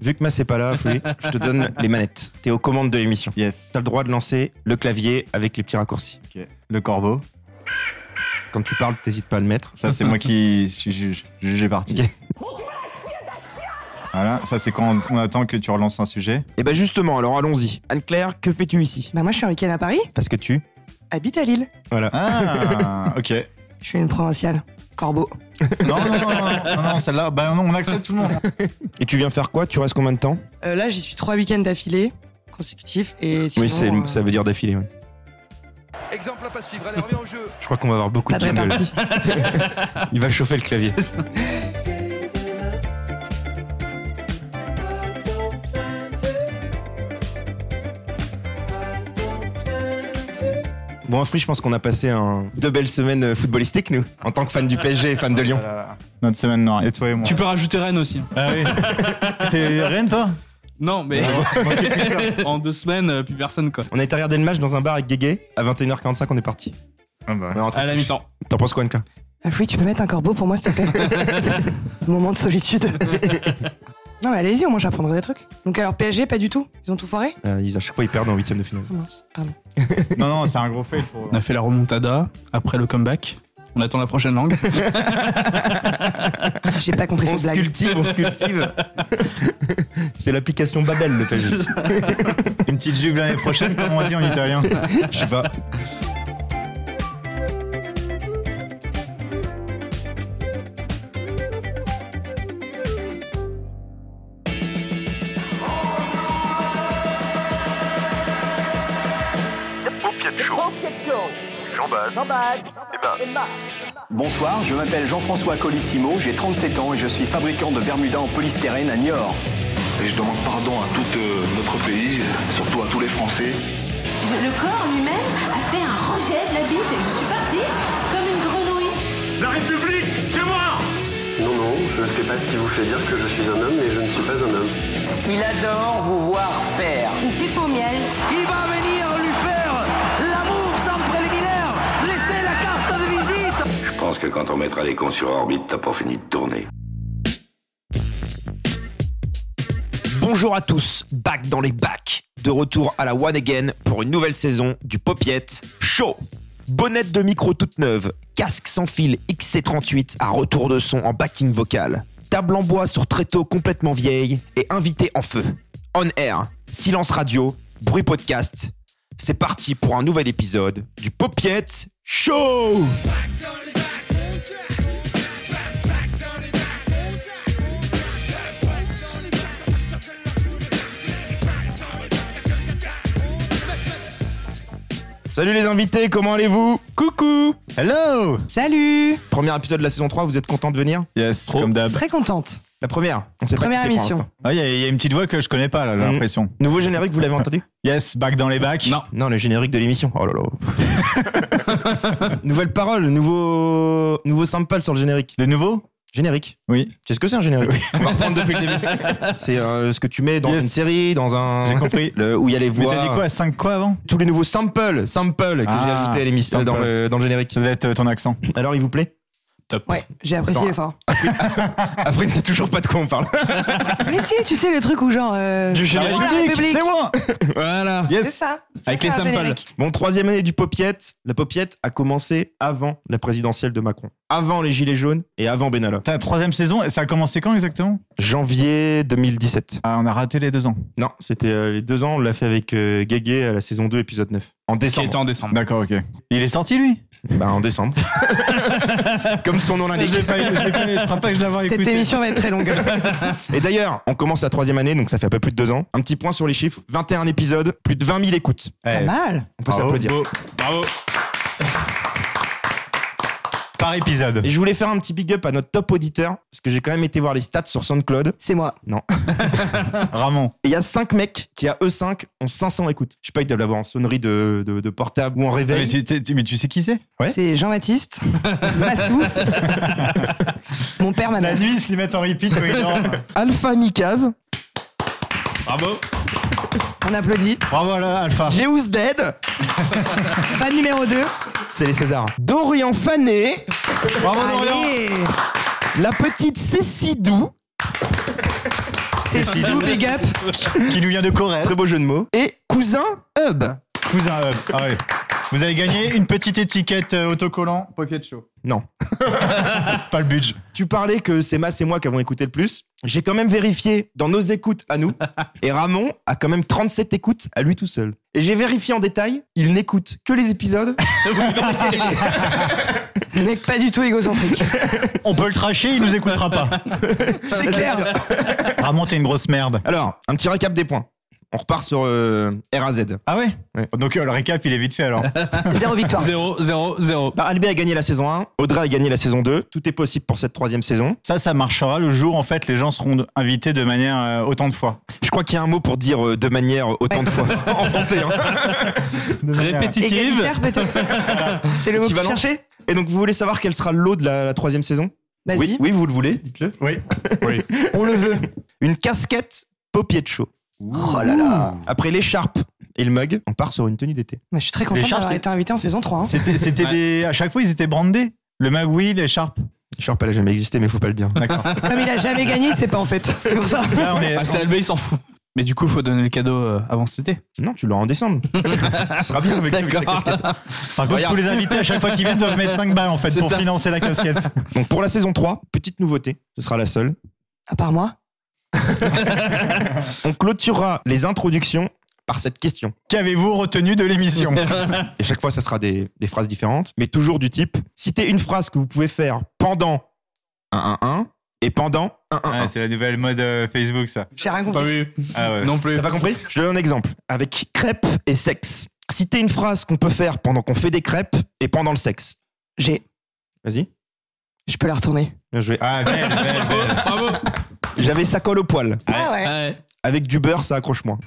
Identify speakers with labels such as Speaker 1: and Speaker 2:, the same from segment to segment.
Speaker 1: Vu que Mass est pas là, Flé, je te donne les manettes. T'es aux commandes de l'émission.
Speaker 2: Yes.
Speaker 1: T'as le droit de lancer le clavier avec les petits raccourcis.
Speaker 2: Ok. Le corbeau.
Speaker 1: Quand tu parles, t'hésites pas à le mettre.
Speaker 2: Ça, c'est moi qui suis juge. Juge est parti.
Speaker 1: Ok.
Speaker 2: Voilà, ça, c'est quand on attend que tu relances un sujet.
Speaker 1: Et bah justement, alors allons-y. Anne-Claire, que fais-tu ici
Speaker 3: Bah moi je suis en week-end à Paris,
Speaker 1: Parce que tu...
Speaker 3: habite à Lille.
Speaker 1: Voilà.
Speaker 2: Ah, ok.
Speaker 3: Je suis une provinciale. Corbeau.
Speaker 2: Non, non, non, non, non, non, celle-là, bah non, on accepte tout le monde.
Speaker 1: Et tu viens faire quoi Tu restes combien de temps
Speaker 3: Euh, là j'y suis trois week-ends d'affilée consécutifs et sinon, euh,
Speaker 1: veut dire d'affilée. ouais.
Speaker 4: Exemple à pas suivre, allez reviens au jeu.
Speaker 1: Je crois qu'on va avoir beaucoup
Speaker 3: pas
Speaker 1: de
Speaker 3: de
Speaker 1: jingles.
Speaker 3: répartie.
Speaker 1: Il va chauffer le clavier. Bon, Afri, je pense qu'on a passé un... deux belles semaines euh, footballistiques, nous, en tant que fan du PSG et fan de Lyon.
Speaker 2: Notre semaine noire, et toi et moi.
Speaker 5: Tu peux rajouter Rennes aussi. hein.
Speaker 2: Ah oui. T'es rien, toi
Speaker 5: Non, mais
Speaker 1: Ah,
Speaker 5: en deux semaines, euh, plus personne quoi.
Speaker 1: On a été regarder le match dans un bar avec Guégué. À 21h45, on est parti.
Speaker 2: Ah bah.
Speaker 1: On est rentré
Speaker 5: À la
Speaker 1: se coucher.
Speaker 5: mi-temps.
Speaker 1: T'en penses quoi, Anka
Speaker 3: Ah oui, tu peux mettre un corbeau pour moi s'il te plaît. Moment de solitude. non mais allez-y, au moins j'apprendrai des trucs. Donc alors PSG pas du tout, ils ont tout foiré
Speaker 1: Euh, Ils à chaque fois ils perdent en huitième de finale.
Speaker 3: Ah mince, pardon.
Speaker 2: Non, non, c'est un gros fail. Pour...
Speaker 5: On a fait la remontada après le comeback. On attend la prochaine langue.
Speaker 3: Ah, J'ai pas compris
Speaker 1: On
Speaker 3: cette
Speaker 1: se
Speaker 3: blague.
Speaker 1: cultive, on se cultive. C'est l'application Babel le PSG.
Speaker 2: Une petite jupe l'année prochaine, comme on dit en italien.
Speaker 1: Je sais pas.
Speaker 6: Au pied de chaud. J'emballe. Et ben.
Speaker 7: Bonsoir, je m'appelle Jean-François Colissimo, j'ai 37 ans et je suis fabricant de Bermuda en polystyrène à Niort.
Speaker 8: Et je demande pardon à tout euh, notre pays, surtout à tous les Français.
Speaker 9: Je- Le corps lui-même a fait un rejet de la bite et je suis partie comme une grenouille.
Speaker 7: Non, non, je sais pas ce qui vous fait dire que je suis un homme, mais je ne suis pas un homme.
Speaker 10: Il adore vous voir faire.
Speaker 9: Une pipe au miel.
Speaker 10: Il va venir lui faire l'amour sans préliminaire. Laissez la carte de visite.
Speaker 8: Je pense que quand on mettra les cons sur orbite, t'as pas fini de tourner.
Speaker 1: Bonjour à tous, back dans les bacs. De retour à la One Again pour une nouvelle saison du Popiette Show. Bonnette de micro toute neuve, casque sans fil XC38 à retour de son en backing vocal, table en bois sur tréteau complètement vieille et invité en feu. On air, silence radio, bruit podcast. C'est parti pour un nouvel épisode du Popiette Show! Salut les invités, comment allez-vous? Coucou!
Speaker 2: Hello
Speaker 3: Salut
Speaker 1: Premier épisode de la saison 3, vous êtes content de venir?
Speaker 2: Yes,
Speaker 1: Trop.
Speaker 2: comme d'hab. Ah,
Speaker 3: Très contente.
Speaker 1: La première, on s'est pas
Speaker 3: Première
Speaker 1: quitté pour
Speaker 3: émission.
Speaker 1: l'instant.
Speaker 2: Il y, a- y a une petite voix que je connais pas, là, j'ai
Speaker 1: Mm.
Speaker 2: l'impression.
Speaker 1: Nouveau générique, vous l'avez entendu?
Speaker 2: Yes, back dans les bacs.
Speaker 5: Non.
Speaker 1: Non, le générique de l'émission. Oh là là. Nouvelle parole, nouveau, nouveau sample sur le générique.
Speaker 2: Le nouveau
Speaker 1: Générique.
Speaker 2: Oui.
Speaker 1: Tu sais ce que c'est un générique On va reprendre depuis le début. C'est euh, ce que tu mets dans
Speaker 2: Yes.
Speaker 1: une série, dans
Speaker 2: J'ai
Speaker 1: un.
Speaker 2: compris.
Speaker 1: Le- où il y a les
Speaker 2: Mais
Speaker 1: voix.
Speaker 2: t'as dit quoi 5 quoi avant
Speaker 1: Tous les nouveaux samples, samples que j'ai
Speaker 2: Ah,
Speaker 1: ajoutés à l'émission
Speaker 2: sample.
Speaker 1: dans le, dans le générique.
Speaker 2: Ça doit être euh, ton accent.
Speaker 1: Alors, il vous plaît
Speaker 3: Ouais, j'ai apprécié
Speaker 1: Attends.
Speaker 3: l'effort.
Speaker 1: Après, ne sait toujours pas de quoi on parle.
Speaker 3: Mais si, tu sais le truc où genre euh,
Speaker 5: Du
Speaker 3: la
Speaker 5: générique.
Speaker 3: République.
Speaker 2: C'est moi
Speaker 1: voilà.
Speaker 3: C'est
Speaker 2: Yes
Speaker 3: ça. C'est
Speaker 5: Avec les
Speaker 3: ça,
Speaker 5: samples.
Speaker 3: générique.
Speaker 1: Bon, troisième année du Popiette. La Popiette a commencé avant la présidentielle de Macron, avant les Gilets jaunes et avant Benalla.
Speaker 2: Ta troisième saison, ça a commencé quand exactement
Speaker 1: Janvier 2017.
Speaker 2: Ah, on a raté les deux ans.
Speaker 1: Non, c'était euh, les deux ans, on l'a fait avec euh, Guégué à la saison 2, épisode 9. En
Speaker 5: Qui
Speaker 1: décembre.
Speaker 5: était en décembre.
Speaker 2: D'accord, ok. Il est sorti, lui
Speaker 1: Bah, en décembre. Comme son nom
Speaker 2: Je
Speaker 1: l'indique.
Speaker 2: l'ai pas eu, Ah, je l'ai pas eu, je crois pas que je l'avais
Speaker 3: Cette
Speaker 2: écouté.
Speaker 3: émission va être très longue.
Speaker 1: Et d'ailleurs, on commence la troisième année, donc ça fait un peu plus de deux ans. Un petit point sur les chiffres 21 épisodes, plus de 20 000 écoutes.
Speaker 2: Eh,
Speaker 3: Pas mal.
Speaker 1: On peut
Speaker 2: bravo,
Speaker 1: s'applaudir.
Speaker 2: beau.
Speaker 5: Bravo.
Speaker 2: Par épisode.
Speaker 1: Et je voulais faire un petit big up à notre top auditeur, parce que j'ai quand même été voir les stats sur SoundCloud.
Speaker 3: C'est moi.
Speaker 2: Ramon.
Speaker 1: Et il y a 5 mecs qui, à eux 5, ont 500 écoutes. Je sais pas, ils doivent l'avoir en sonnerie de, de- de portable ou en
Speaker 2: Mais
Speaker 1: réveil.
Speaker 2: tu, tu- tu- mais tu sais qui c'est
Speaker 3: C'est Jean-Baptiste Massou. Mon père m'a
Speaker 2: La nuit, ils se les mettent en repeat. oui, non.
Speaker 1: Alpha Mikaz,
Speaker 5: Bravo.
Speaker 3: On applaudit.
Speaker 2: Bravo, là, Alpha.
Speaker 1: Jeus Dead,
Speaker 3: Fan numéro 2.
Speaker 1: c'est les Césars. Dorian Fané, Oh,
Speaker 2: Bravo, Dorian.
Speaker 3: Allez
Speaker 1: la petite Cécidou. Cécile.
Speaker 3: D'où Big Up.
Speaker 2: Qui nous vient de Corrèze.
Speaker 1: Très beau jeu de mots. Et cousin Hub.
Speaker 2: Cousin Hub. Ah ouais. Vous avez gagné une petite étiquette euh, autocollant Pocket Show.
Speaker 1: Non.
Speaker 2: Pas le budget.
Speaker 1: Tu parlais que c'est Mas et moi qui avons écouté le plus. J'ai quand même vérifié dans nos écoutes à nous. Et Ramon a quand même 37 écoutes à lui tout seul. Et j'ai vérifié en détail, il n'écoute que les épisodes.
Speaker 3: Le mec pas du tout égocentrique.
Speaker 2: On peut le tracher, il nous écoutera pas.
Speaker 3: C'est clair.
Speaker 2: Vraiment, t'es une grosse merde.
Speaker 1: Alors, un petit récap des points. On repart sur euh, RAZ.
Speaker 2: Ah ouais,
Speaker 1: Ouais.
Speaker 2: Donc euh, le récap, il est vite fait alors.
Speaker 3: Zéro victoire.
Speaker 5: 0, 0, 0.
Speaker 1: Bah, Albé a gagné la saison 1, Audrey a gagné la saison 2. Tout est possible pour cette troisième saison.
Speaker 2: Ça, ça marchera le jour, en fait, les gens seront invités de manière euh, autant de fois.
Speaker 1: Je crois qu'il y a un mot pour dire euh, de manière autant de fois en français. hein.
Speaker 5: Répétitive. Ah,
Speaker 3: Égalitaire peut-être. C'est le mot que tu
Speaker 1: Équivalent.
Speaker 3: cherchais
Speaker 1: Et donc, vous voulez savoir quel sera l'eau de la, la troisième saison
Speaker 3: Vas-y.
Speaker 1: Oui, oui, vous le voulez, dites-le.
Speaker 2: Oui.
Speaker 1: On le veut. Une casquette Popietcho.
Speaker 3: Oh là là.
Speaker 1: Après l'écharpe et le mug, on part sur une tenue d'été.
Speaker 3: Mais je suis très content
Speaker 2: L'écharpe,
Speaker 3: d'avoir
Speaker 2: c'est-
Speaker 3: été invité en saison 3. hein.
Speaker 2: C'était, c'était
Speaker 5: Ouais.
Speaker 2: des. À chaque fois, ils étaient brandés. Le magouille, l'écharpe.
Speaker 1: L'écharpe, elle a jamais existé, mais faut pas le dire.
Speaker 2: D'accord.
Speaker 3: Comme il a jamais gagné, il sait pas en fait. C'est pour ça.
Speaker 2: Là, on est.
Speaker 5: Ah, c'est Albé, il s'en fout. Mais du coup, faut donner le cadeau euh, avant cet été.
Speaker 1: Non, tu l'auras en décembre. Ce sera bien avec avec la
Speaker 5: D'accord.
Speaker 1: casquette.
Speaker 2: Par contre,
Speaker 1: Regarde.
Speaker 2: tous les invités, à chaque fois qu'ils viennent, doivent mettre 5 balles, en fait,
Speaker 5: C'est
Speaker 2: pour
Speaker 5: ça.
Speaker 2: financer la casquette.
Speaker 1: Donc, pour la saison 3, petite nouveauté, ce sera la seule.
Speaker 3: À part moi.
Speaker 1: On clôturera les introductions par cette question.
Speaker 2: Qu'avez-vous retenu de l'émission
Speaker 1: Et chaque fois, ça sera des, des phrases différentes, mais toujours du type citez une phrase que vous pouvez faire pendant 1-1-1 et pendant 1-1-1.
Speaker 2: C'est la nouvelle mode euh, Facebook, ça.
Speaker 3: J'ai rien
Speaker 5: Pas
Speaker 3: compris.
Speaker 5: vu.
Speaker 2: Ah ouais.
Speaker 5: Non plus.
Speaker 1: T'as pas compris Je te donne un exemple. Avec crêpes et sexe. Citez une phrase qu'on peut faire pendant qu'on fait des crêpes et pendant le sexe.
Speaker 3: J'ai.
Speaker 1: Vas-y.
Speaker 3: Je peux la retourner.
Speaker 1: Bien joué. Ah,
Speaker 2: Ah, belle, belle, belle.
Speaker 5: Bravo.
Speaker 1: J'avais ça colle au poil.
Speaker 3: Ah ouais.
Speaker 5: Ouais.
Speaker 1: Avec du beurre, ça accroche moins.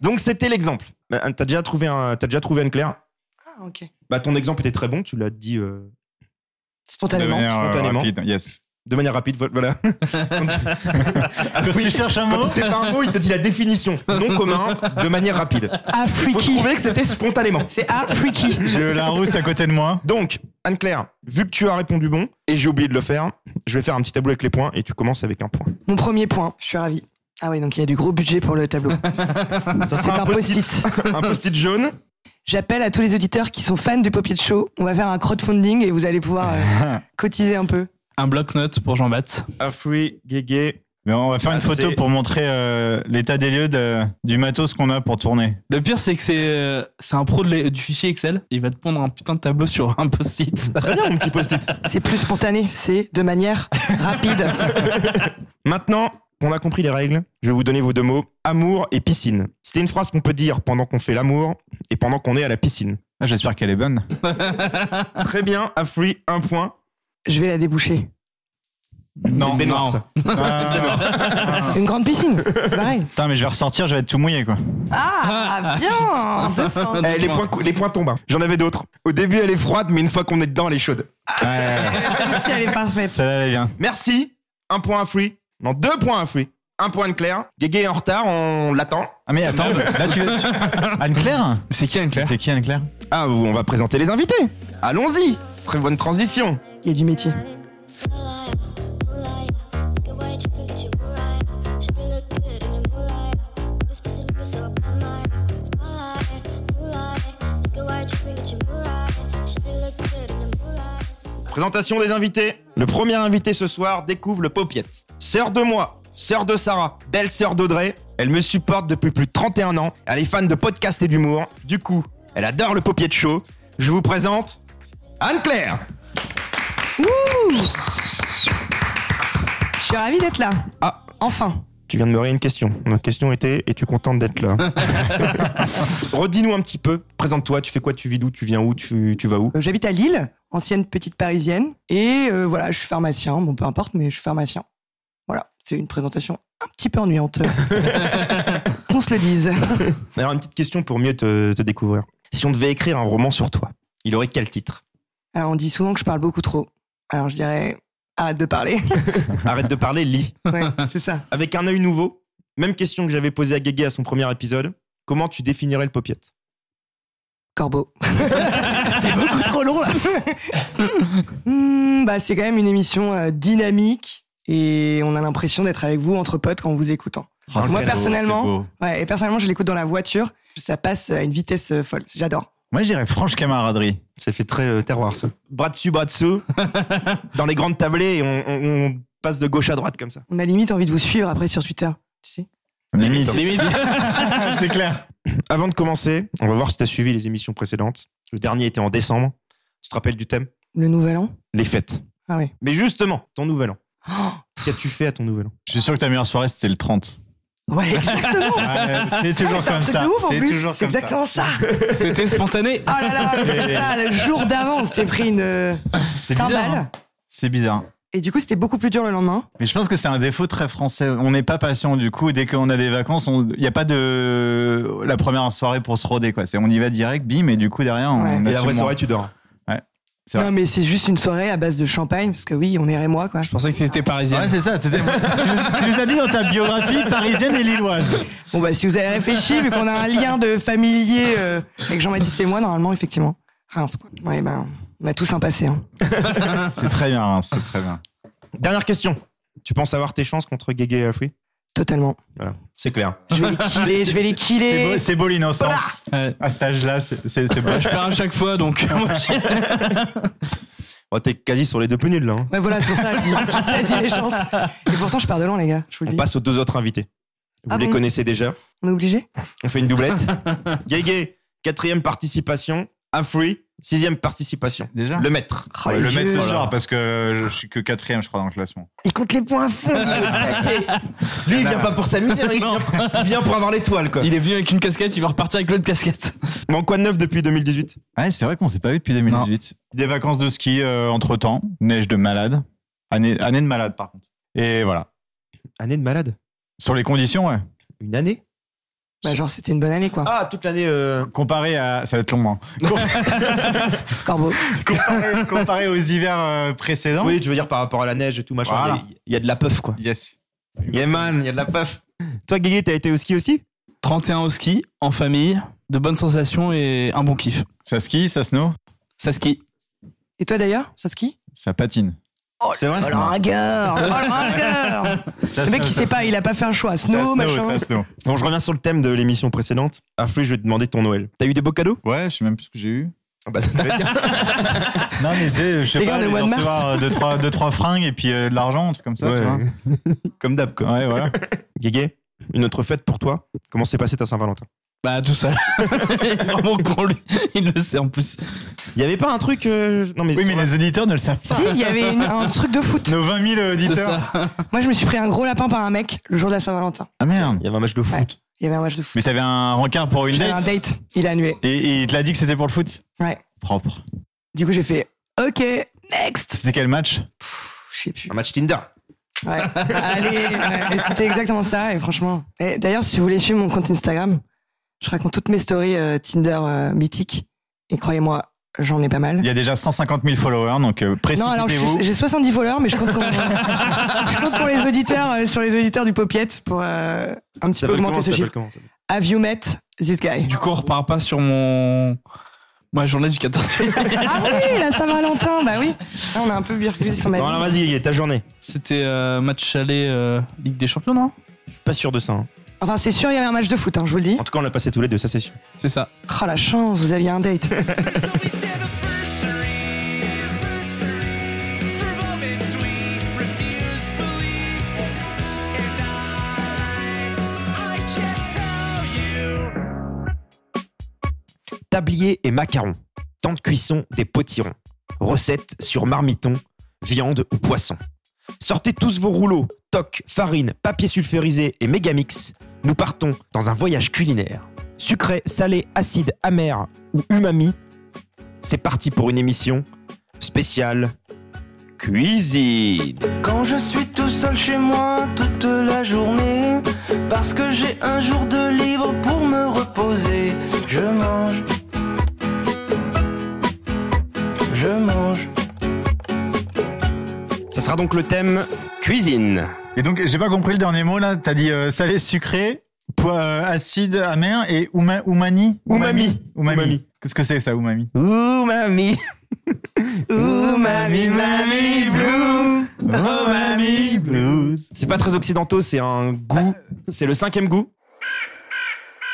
Speaker 1: Donc c'était l'exemple. Bah, T'as déjà trouvé un, t'as déjà trouvé une claire.
Speaker 3: Ah ok.
Speaker 1: Bah ton exemple était très bon. Tu l'as dit euh,
Speaker 2: De
Speaker 3: Spontanément.
Speaker 2: manière, euh,
Speaker 1: spontanément.
Speaker 2: rapide, Yes.
Speaker 1: de manière rapide. vo- Voilà.
Speaker 2: Quand Ah tu cherches un
Speaker 1: Quand
Speaker 2: mot,
Speaker 1: il sait pas un mot, il te dit la définition. Non commun, de manière rapide.
Speaker 3: Ah
Speaker 1: Faut
Speaker 3: freaky.
Speaker 1: trouver que c'était spontanément.
Speaker 3: C'est ah freaky.
Speaker 2: j'ai le Larousse à côté de moi.
Speaker 1: Donc, Anne-Claire, vu que tu as répondu bon, et j'ai oublié de le faire, je vais faire un petit tableau avec les points et tu commences avec un point.
Speaker 3: Mon premier point. Je suis ravi. Ah ouais, donc il y a du gros budget pour le tableau.
Speaker 1: Ça
Speaker 3: C'est
Speaker 1: sera
Speaker 3: un post-it.
Speaker 1: un post-it jaune.
Speaker 3: J'appelle à tous les auditeurs qui sont fans du Popier de Show. On va faire un crowdfunding et vous allez pouvoir euh, cotiser un peu.
Speaker 5: Un bloc-notes pour Jean-Bat.
Speaker 1: Afri, Guégué.
Speaker 2: Mais on va faire une
Speaker 1: Ah,
Speaker 2: photo
Speaker 1: c'est-
Speaker 2: pour montrer euh, l'état des lieux de- du matos qu'on a pour tourner.
Speaker 5: Le pire, c'est que c'est euh, c'est un pro de les- du fichier Excel. Il va te pondre un putain de tableau sur un post-it.
Speaker 1: Très bien, mon petit post-it.
Speaker 3: C'est plus spontané, c'est de manière rapide.
Speaker 1: Maintenant qu'on a compris les règles, je vais vous donner vos deux mots amour et piscine. C'était une phrase qu'on peut dire pendant qu'on fait l'amour et pendant qu'on est à la piscine.
Speaker 2: Ah, J'espère qu'elle est bonne.
Speaker 1: Très bien, Afri, un point.
Speaker 3: Je vais la déboucher.
Speaker 1: C'est une baignoire,
Speaker 5: non.
Speaker 1: ça.
Speaker 2: Ah,
Speaker 3: Une grande piscine, c'est pareil.
Speaker 2: Putain, mais je vais ressortir, je vais être tout mouillé, quoi.
Speaker 3: Ah, ah, bien Deux points.
Speaker 1: Eh, les, points, cou- les points tombent. hein. J'en avais d'autres. Au début, elle est froide, mais une fois qu'on est dedans, elle est chaude.
Speaker 3: Si Ah, elle est parfaite.
Speaker 2: Ah, Ça va bien.
Speaker 1: Merci. Un point à Free. Non, deux points à Free. Un point à Claire. Guégué est en retard, on l'attend.
Speaker 2: Ah, mais attends, là, tu veux. tu- Anne-Claire
Speaker 5: C'est qui, Anne-Claire
Speaker 2: C'est qui Anne-Claire
Speaker 1: Ah, vous- on va présenter les invités. Allons-y. Très bonne transition.
Speaker 3: Il y a du métier.
Speaker 1: Présentation des invités. Le premier invité ce soir découvre le Popiette. Sœur de moi, sœur de Sarah, belle sœur d'Audrey. Elle me supporte depuis plus de 31 ans. Elle est fan de podcasts et d'humour. Du coup, elle adore le Popiette Show. Je vous présente Anne-Claire.
Speaker 3: Je suis ravie d'être là.
Speaker 1: Ah,
Speaker 3: Enfin.
Speaker 1: tu viens de me rayer une question. Ma question était es-tu contente d'être là Redis-nous un petit peu. Présente-toi. Tu fais quoi Tu vis d'où Tu viens où tu, tu vas où
Speaker 3: Euh, J'habite à Lille, ancienne petite parisienne. Et euh, voilà, je suis pharmacien. Bon, peu importe, mais je suis pharmacien. Voilà, c'est une présentation un petit peu ennuyante. Qu'on se le dise.
Speaker 1: Alors, une petite question pour mieux te, te découvrir. Si on devait écrire un roman sur toi, il aurait quel titre
Speaker 3: Alors, on dit souvent que je parle beaucoup trop. Alors, je dirais, arrête de parler.
Speaker 1: Arrête de parler, lis.
Speaker 3: Ouais, c'est ça.
Speaker 1: Avec un œil nouveau, même question que j'avais posée à Guégué à son premier épisode. Comment tu définirais le popiette
Speaker 3: Corbeau. c'est beaucoup trop long, là. Hmm, bah, c'est quand même une émission euh, dynamique, et on a l'impression d'être avec vous entre potes quand vous écoutant.
Speaker 2: Oh,
Speaker 3: Moi
Speaker 2: c'est beau,
Speaker 3: personnellement,
Speaker 2: c'est beau.
Speaker 3: ouais, et personnellement, je l'écoute dans la voiture. Ça passe à une vitesse euh, folle. J'adore.
Speaker 2: Moi, je dirais franche camaraderie.
Speaker 1: Ça fait très euh, terroir, ça. Bras dessus, bras dessous. dans les grandes tablées, et on, on- on passe de gauche à droite comme ça.
Speaker 3: On a limite envie de vous suivre après sur Twitter. Tu sais.
Speaker 2: Limite.
Speaker 5: Limite.
Speaker 2: c'est clair.
Speaker 1: Avant de commencer, on va voir si tu as suivi les émissions précédentes. Le dernier était en décembre. Tu te rappelles du thème
Speaker 3: Le nouvel an.
Speaker 1: Les fêtes.
Speaker 3: Ah oui.
Speaker 1: Mais justement, ton nouvel an. Qu'as-tu fait à ton nouvel an
Speaker 2: Je suis sûr que ta meilleure soirée, c'était le 30.
Speaker 3: Ouais, exactement.
Speaker 2: Ouais, Ah, euh, c'est
Speaker 3: Ouais,
Speaker 2: toujours
Speaker 3: Ah, c'est
Speaker 2: comme ça.
Speaker 3: un truc de ouf en
Speaker 2: C'est
Speaker 3: plus.
Speaker 2: toujours
Speaker 3: C'est
Speaker 2: comme ça.
Speaker 3: exactement ça.
Speaker 5: C'était spontané.
Speaker 3: Oh là là, c'est ça, le jour d'avant, c'était pris une euh,
Speaker 2: C'est bizarre.
Speaker 3: timbale.
Speaker 2: hein. C'est bizarre.
Speaker 3: Et du coup, c'était beaucoup plus dur le lendemain.
Speaker 2: Mais je pense que c'est un défaut très français. On n'est pas patient du coup. Dès qu'on a des vacances, on- il n'y a pas de la première soirée pour se roder quoi. C'est on y va direct, bim, et du coup derrière on.
Speaker 3: Ouais.
Speaker 2: assume
Speaker 1: Et la vraie
Speaker 2: moins.
Speaker 1: soirée, tu dors.
Speaker 2: C'est vrai.
Speaker 3: Non, mais c'est juste une soirée à base de champagne, parce que oui, on est rémois, quoi.
Speaker 5: Je pensais que t'étais parisien.
Speaker 2: Ouais, c'est ça. t'étais- tu, nous- tu nous as dit dans ta biographie parisienne et lilloise.
Speaker 3: Bon, bah, si vous avez réfléchi, vu qu'on a un lien de familier euh, avec Jean-Baptiste et moi, normalement, effectivement. Reims, quoi. Ouais, ben, on a tous un passé. Hein.
Speaker 2: C'est très bien, hein, c'est très bien.
Speaker 1: Dernière question. Tu penses avoir tes chances contre Guégué et Afri
Speaker 3: Totalement.
Speaker 1: Voilà, c'est clair.
Speaker 3: Je vais les killer, je vais les
Speaker 2: C'est beau,
Speaker 3: killer.
Speaker 2: c'est beau l'innocence.
Speaker 5: Ouais.
Speaker 2: À cet âge-là, c'est c'est- c'est beau.
Speaker 5: Je perds à chaque fois, donc moi, j'ai-
Speaker 1: Bon, Oh, T'es quasi sur les deux plus nuls, là. hein.
Speaker 3: Ouais, voilà, c'est pour ça que je dis, j'ai quasi les chances. Et pourtant, je perds de l'an, les gars, je vous le
Speaker 1: On
Speaker 3: dis.
Speaker 1: passe aux deux autres invités. Vous
Speaker 3: Ah
Speaker 1: les
Speaker 3: bon
Speaker 1: connaissez déjà.
Speaker 3: On est obligé
Speaker 1: On fait une doublette. Guégué, quatrième participation. Afri, sixième participation.
Speaker 2: Déjà.
Speaker 1: Le maître.
Speaker 3: Oh, les
Speaker 2: le
Speaker 3: vieux.
Speaker 2: mettre ce soir parce que je suis que quatrième, je crois, dans le classement.
Speaker 3: Il compte les points à fond. il
Speaker 1: Ah,
Speaker 3: est au taquet.
Speaker 1: Lui, il vient pas pour s'amuser, il
Speaker 5: Non.
Speaker 1: vient- bah, il vient pour avoir l'étoile, quoi.
Speaker 5: il est venu avec une casquette, il va repartir avec l'autre casquette.
Speaker 1: Bon, quoi de neuf depuis 2018
Speaker 2: Ouais, c'est vrai qu'on s'est pas vu depuis 2018. Des vacances de ski entre temps, neige de malade, année, année de malade par contre. Et voilà.
Speaker 1: Année de malade.
Speaker 2: Sur les conditions, ouais.
Speaker 1: Une année
Speaker 3: Bah, genre, c'était une bonne année, quoi.
Speaker 1: Ah, toute l'année. euh,
Speaker 2: Comparé à. Ça va être long, hein.
Speaker 3: Corbeau.
Speaker 2: comparé, comparé aux hivers euh, précédents.
Speaker 1: Oui, je veux dire par rapport à la neige et tout machin. Il
Speaker 2: Voilà.
Speaker 1: y a- il y, a de la puff, quoi.
Speaker 2: Yes.
Speaker 1: Yeah, man, il y a de la puff. Toi, Guigui, t'as été au ski aussi
Speaker 5: 31 au ski, en famille, de bonnes sensations et un bon kiff.
Speaker 2: Ça skie, ça snow,
Speaker 5: Ça skie.
Speaker 3: Et toi, d'ailleurs, ça ski
Speaker 2: ça patine.
Speaker 1: C'est vrai
Speaker 3: Oh, le ringard Oh, le ringard Le mec, il sait pas, il a pas fait un choix.
Speaker 2: Ça
Speaker 3: Snow, machin.
Speaker 2: ça snow.
Speaker 1: Bon, je reviens sur le thème de l'émission précédente. Afri, je vais te demander ton Noël. T'as eu des beaux cadeaux
Speaker 2: Ouais, je sais même plus ce que j'ai eu.
Speaker 1: Bah, ça devait être bien.
Speaker 2: Non, mais tu sais, je sais
Speaker 3: Les
Speaker 2: pas,
Speaker 3: gars, on est
Speaker 2: j'ai
Speaker 3: au mois de
Speaker 2: dû recevoir 2-3 deux, trois, deux, trois fringues et puis euh, de l'argent, un truc comme ça, tu vois.
Speaker 1: Comme d'hab, quoi.
Speaker 2: Ouais, voilà.
Speaker 1: Guégué, une autre fête pour toi Comment s'est passée ta Saint-Valentin
Speaker 5: Bah tout seul. Vraiment con lui. Il le sait en plus.
Speaker 1: Il y avait pas un truc. euh, Non, mais.
Speaker 2: Oui, mais les auditeurs ne le savent pas.
Speaker 3: Si, il y avait une- un truc de foot.
Speaker 2: Nos 20 000
Speaker 5: C'est
Speaker 2: auditeurs.
Speaker 5: ça.
Speaker 3: Moi, je me suis pris un gros lapin par un mec le jour de la Saint-Valentin.
Speaker 2: Ah merde.
Speaker 1: Il y avait un match de foot.
Speaker 3: Ouais. Il y avait un match de foot.
Speaker 2: Mais t'avais un rencard pour une
Speaker 3: J'avais un
Speaker 2: date
Speaker 3: date. Il a annulé.
Speaker 2: et, et il te l'a dit que c'était pour le foot
Speaker 3: Ouais.
Speaker 2: Propre.
Speaker 3: Du coup, j'ai fait OK, next.
Speaker 2: C'était quel match
Speaker 3: Je sais plus.
Speaker 1: Un match Tinder.
Speaker 3: Ouais. Allez. ouais. Et c'était exactement ça. Et franchement. Et d'ailleurs, si vous voulez suivre mon compte Instagram, je raconte toutes mes stories euh, Tinder euh, mythiques. Et croyez-moi, j'en ai pas mal.
Speaker 2: Il y a déjà 150 000 followers, donc euh,
Speaker 3: Non, alors je
Speaker 2: précipitez-vous.
Speaker 3: suis- j'ai 70 voleurs, mais je compte pour, je compte pour les auditeurs, euh, sur les auditeurs du Popiette pour euh, un petit
Speaker 1: Ça
Speaker 3: peu
Speaker 1: s'appelle
Speaker 3: augmenter
Speaker 1: comment, ça
Speaker 3: ce
Speaker 1: s'appelle
Speaker 3: chiffre.
Speaker 1: comment, ça s'appelle
Speaker 3: Have you met this guy
Speaker 5: Du coup, on repart pas sur mon. Ma journée du 14 juillet.
Speaker 3: Ah oui, la Saint-Valentin, bah oui. Ah, on a un peu virculé sur ma
Speaker 1: Bon,
Speaker 3: vie.
Speaker 1: alors, vas-y, Guégué, ta journée.
Speaker 5: C'était euh, match aller euh, Ligue des Champions, non
Speaker 1: Je suis pas sûr de ça. hein.
Speaker 3: Enfin, c'est sûr, il y avait un match de foot, hein, je vous le dis.
Speaker 1: En tout cas, on l'a passé tous les deux, ça c'est sûr.
Speaker 5: C'est ça.
Speaker 3: Oh la chance, vous aviez un date.
Speaker 1: tablier et macarons, temps de cuisson des potirons, recettes sur marmiton, viande ou poisson. Sortez tous vos rouleaux, toc, farine, papier sulfurisé et mégamix. Nous partons dans un voyage culinaire. Sucré, salé, acide, amer ou umami. C'est parti pour une émission spéciale cuisine.
Speaker 10: Quand je suis tout seul chez moi toute la journée, parce que j'ai un jour de libre pour me reposer, je mange. Je mange.
Speaker 1: Ça sera donc le thème cuisine.
Speaker 2: Et donc, j'ai pas compris le dernier mot là. T'as dit euh, salé, sucré, poids, euh, acide, amer et uma- umani
Speaker 1: Umami.
Speaker 2: Umami.
Speaker 1: Umami.
Speaker 2: Qu'est-ce que c'est ça, umami
Speaker 1: Ouh mamie. Ouh mamie, mamie blue. Oh,
Speaker 2: Umami bleu. blues.
Speaker 1: C'est pas très occidentaux, c'est un goût. C'est le cinquième goût.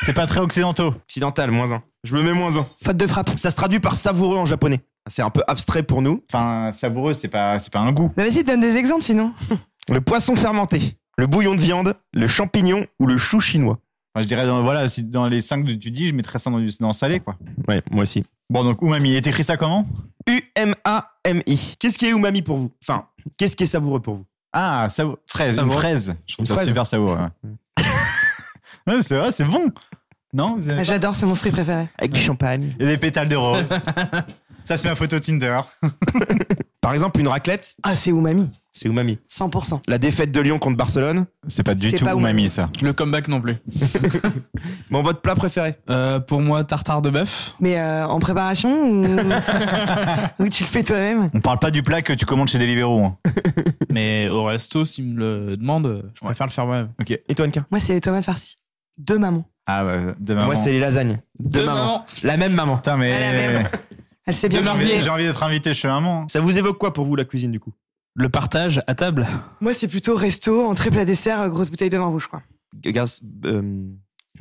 Speaker 2: C'est pas très occidentaux.
Speaker 1: Occidental, moins un. Je me mets moins un.
Speaker 3: Faute de frappe.
Speaker 1: Ça se traduit par savoureux en japonais. C'est un peu abstrait pour nous.
Speaker 2: Enfin, savoureux, c'est pas, c'est pas un goût.
Speaker 3: Mais vas-y, donne des exemples sinon.
Speaker 1: Le poisson fermenté, le bouillon de viande, le champignon ou le chou chinois.
Speaker 2: Enfin, je dirais, dans, voilà, si dans les 5 que tu dis, je mettrais ça dans, du, dans salé, quoi.
Speaker 1: Ouais, moi aussi.
Speaker 2: Bon, donc, umami, et t'écris ça comment
Speaker 1: U-M-A-M-I. Qu'est-ce qui est umami pour vous Enfin, qu'est-ce qui est savoureux pour vous
Speaker 2: Ah, savo- fraise,
Speaker 5: Savoureux.
Speaker 2: une fraise. Je trouve
Speaker 1: Une
Speaker 2: ça
Speaker 1: fraise.
Speaker 2: super savoureux. Ouais. Ouais, mais c'est vrai, c'est bon. Non vous avez
Speaker 3: Ah,
Speaker 2: pas-
Speaker 3: J'adore, c'est mon fruit préféré.
Speaker 1: Avec du champagne.
Speaker 2: Et des pétales de rose. ça, c'est ma photo Tinder.
Speaker 1: Par exemple, une raclette,
Speaker 3: Ah, c'est umami.
Speaker 1: c'est umami.
Speaker 3: 100%.
Speaker 1: La défaite de Lyon contre Barcelone,
Speaker 2: C'est pas du
Speaker 3: C'est
Speaker 2: tout
Speaker 3: pas
Speaker 2: umami,
Speaker 3: umami.
Speaker 2: ça.
Speaker 5: Le comeback non plus.
Speaker 1: mon votre plat préféré.
Speaker 5: Euh, pour moi, tartare de bœuf.
Speaker 3: Mais euh, en préparation ou... ou tu le fais toi-même
Speaker 2: On parle pas du plat que tu commandes chez Deliveroo. hein.
Speaker 5: Mais au resto, s'ils me le demandent, je préfère le faire moi-même.
Speaker 1: Et toi, Anka
Speaker 3: Moi, c'est les tomates farcies. De maman.
Speaker 2: Ah, bah, de maman.
Speaker 1: Moi, c'est les lasagnes. De,
Speaker 5: Deux
Speaker 1: maman.
Speaker 5: mamans.
Speaker 1: La même maman.
Speaker 2: Putain, mais.
Speaker 3: Ah, la même. Elle sait bien.
Speaker 5: De
Speaker 2: J'ai
Speaker 3: faire.
Speaker 5: mardi.
Speaker 2: envie- J'ai envie d'être invité chez maman.
Speaker 1: Ça vous évoque quoi pour vous, la cuisine, du coup
Speaker 5: Le partage à table.
Speaker 3: Moi, c'est plutôt resto, entrée, plat, dessert, euh, grosse bouteille de vin rouge, quoi.
Speaker 1: Gas- euh,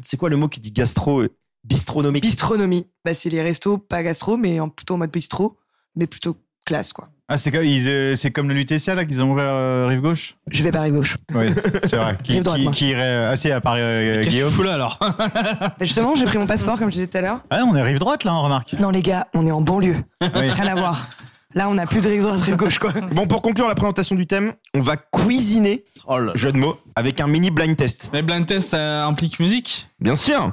Speaker 1: C'est quoi le mot qui dit gastro euh, Bistronomique.
Speaker 3: Bistronomie. Bah, c'est les restos, pas gastro, mais en, plutôt en mode bistrot, mais plutôt classe, quoi.
Speaker 2: Ah, c'est comme, ils, euh, c'est comme le Lutetia, là, qu'ils ont ouvert euh, rive gauche
Speaker 3: Je vais pas arriver gauche.
Speaker 2: Oui, c'est vrai. Qui,
Speaker 3: Rive droite,
Speaker 2: qui,
Speaker 3: moi.
Speaker 2: qui irait. euh, Ah, si, à Paris, euh,
Speaker 5: Qu'est-ce que tu
Speaker 2: Guillaume.
Speaker 5: fous là alors
Speaker 3: Bah, justement, j'ai pris mon passeport, comme je disais tout à l'heure.
Speaker 2: Ah, on est rive droite, là, on remarque.
Speaker 3: Non, les gars, on est en banlieue.
Speaker 2: Oui.
Speaker 3: Rien à voir. Là, on a plus de rive droite, rive gauche, quoi.
Speaker 1: Bon, pour conclure la présentation du thème, on va cuisiner,
Speaker 5: Oh là.
Speaker 1: jeu de mots, avec un mini blind test.
Speaker 5: Les blind tests, ça implique musique
Speaker 1: Bien sûr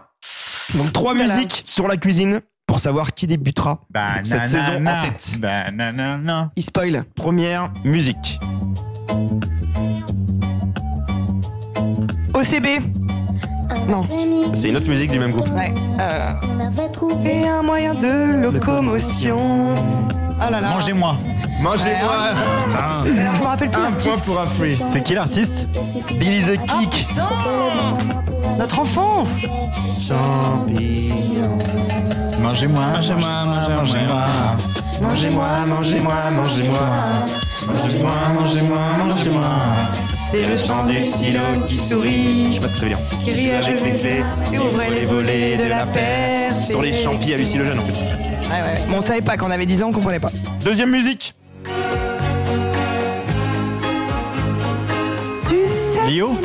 Speaker 1: Donc, trois
Speaker 3: Ouh là là.
Speaker 1: musiques sur la cuisine pour savoir qui débutera
Speaker 5: Bah,
Speaker 2: Bah,
Speaker 1: cette saison en tête.
Speaker 2: Bananana.
Speaker 3: Il spoil.
Speaker 1: Première musique.
Speaker 3: OCB. Non.
Speaker 1: C'est une autre musique du même groupe.
Speaker 3: Ouais. Euh... Et un moyen de locomotion. Ah là là.
Speaker 2: Mangez-moi.
Speaker 1: Mangez-moi
Speaker 5: Putain.
Speaker 3: Alors, je me rappelle plus
Speaker 1: Un point
Speaker 3: l'artiste.
Speaker 1: pour Afri.
Speaker 2: C'est qui l'artiste
Speaker 1: Billy the Kick.
Speaker 3: Notre enfance.
Speaker 1: Champignon.
Speaker 2: Mangez-moi.
Speaker 5: Mangez-moi, mangez-moi.
Speaker 1: Mangez-moi, mangez-moi, mangez-moi. Mangez-moi, mangez-moi, mangez-moi.
Speaker 3: C'est le chant du xylophone qui sourit.
Speaker 1: Je sais pas ce que ça veut dire.
Speaker 3: Qui rit à
Speaker 1: Avec
Speaker 3: genoux.
Speaker 1: les clés.
Speaker 3: Et ouvrez les volets de la paire.
Speaker 1: Sur les champis hallucinogènes en fait.
Speaker 3: Ouais, ouais. Bon, on savait pas qu'on avait 10 ans, on comprenait pas.
Speaker 1: Deuxième musique.
Speaker 3: Sucette.
Speaker 2: Lio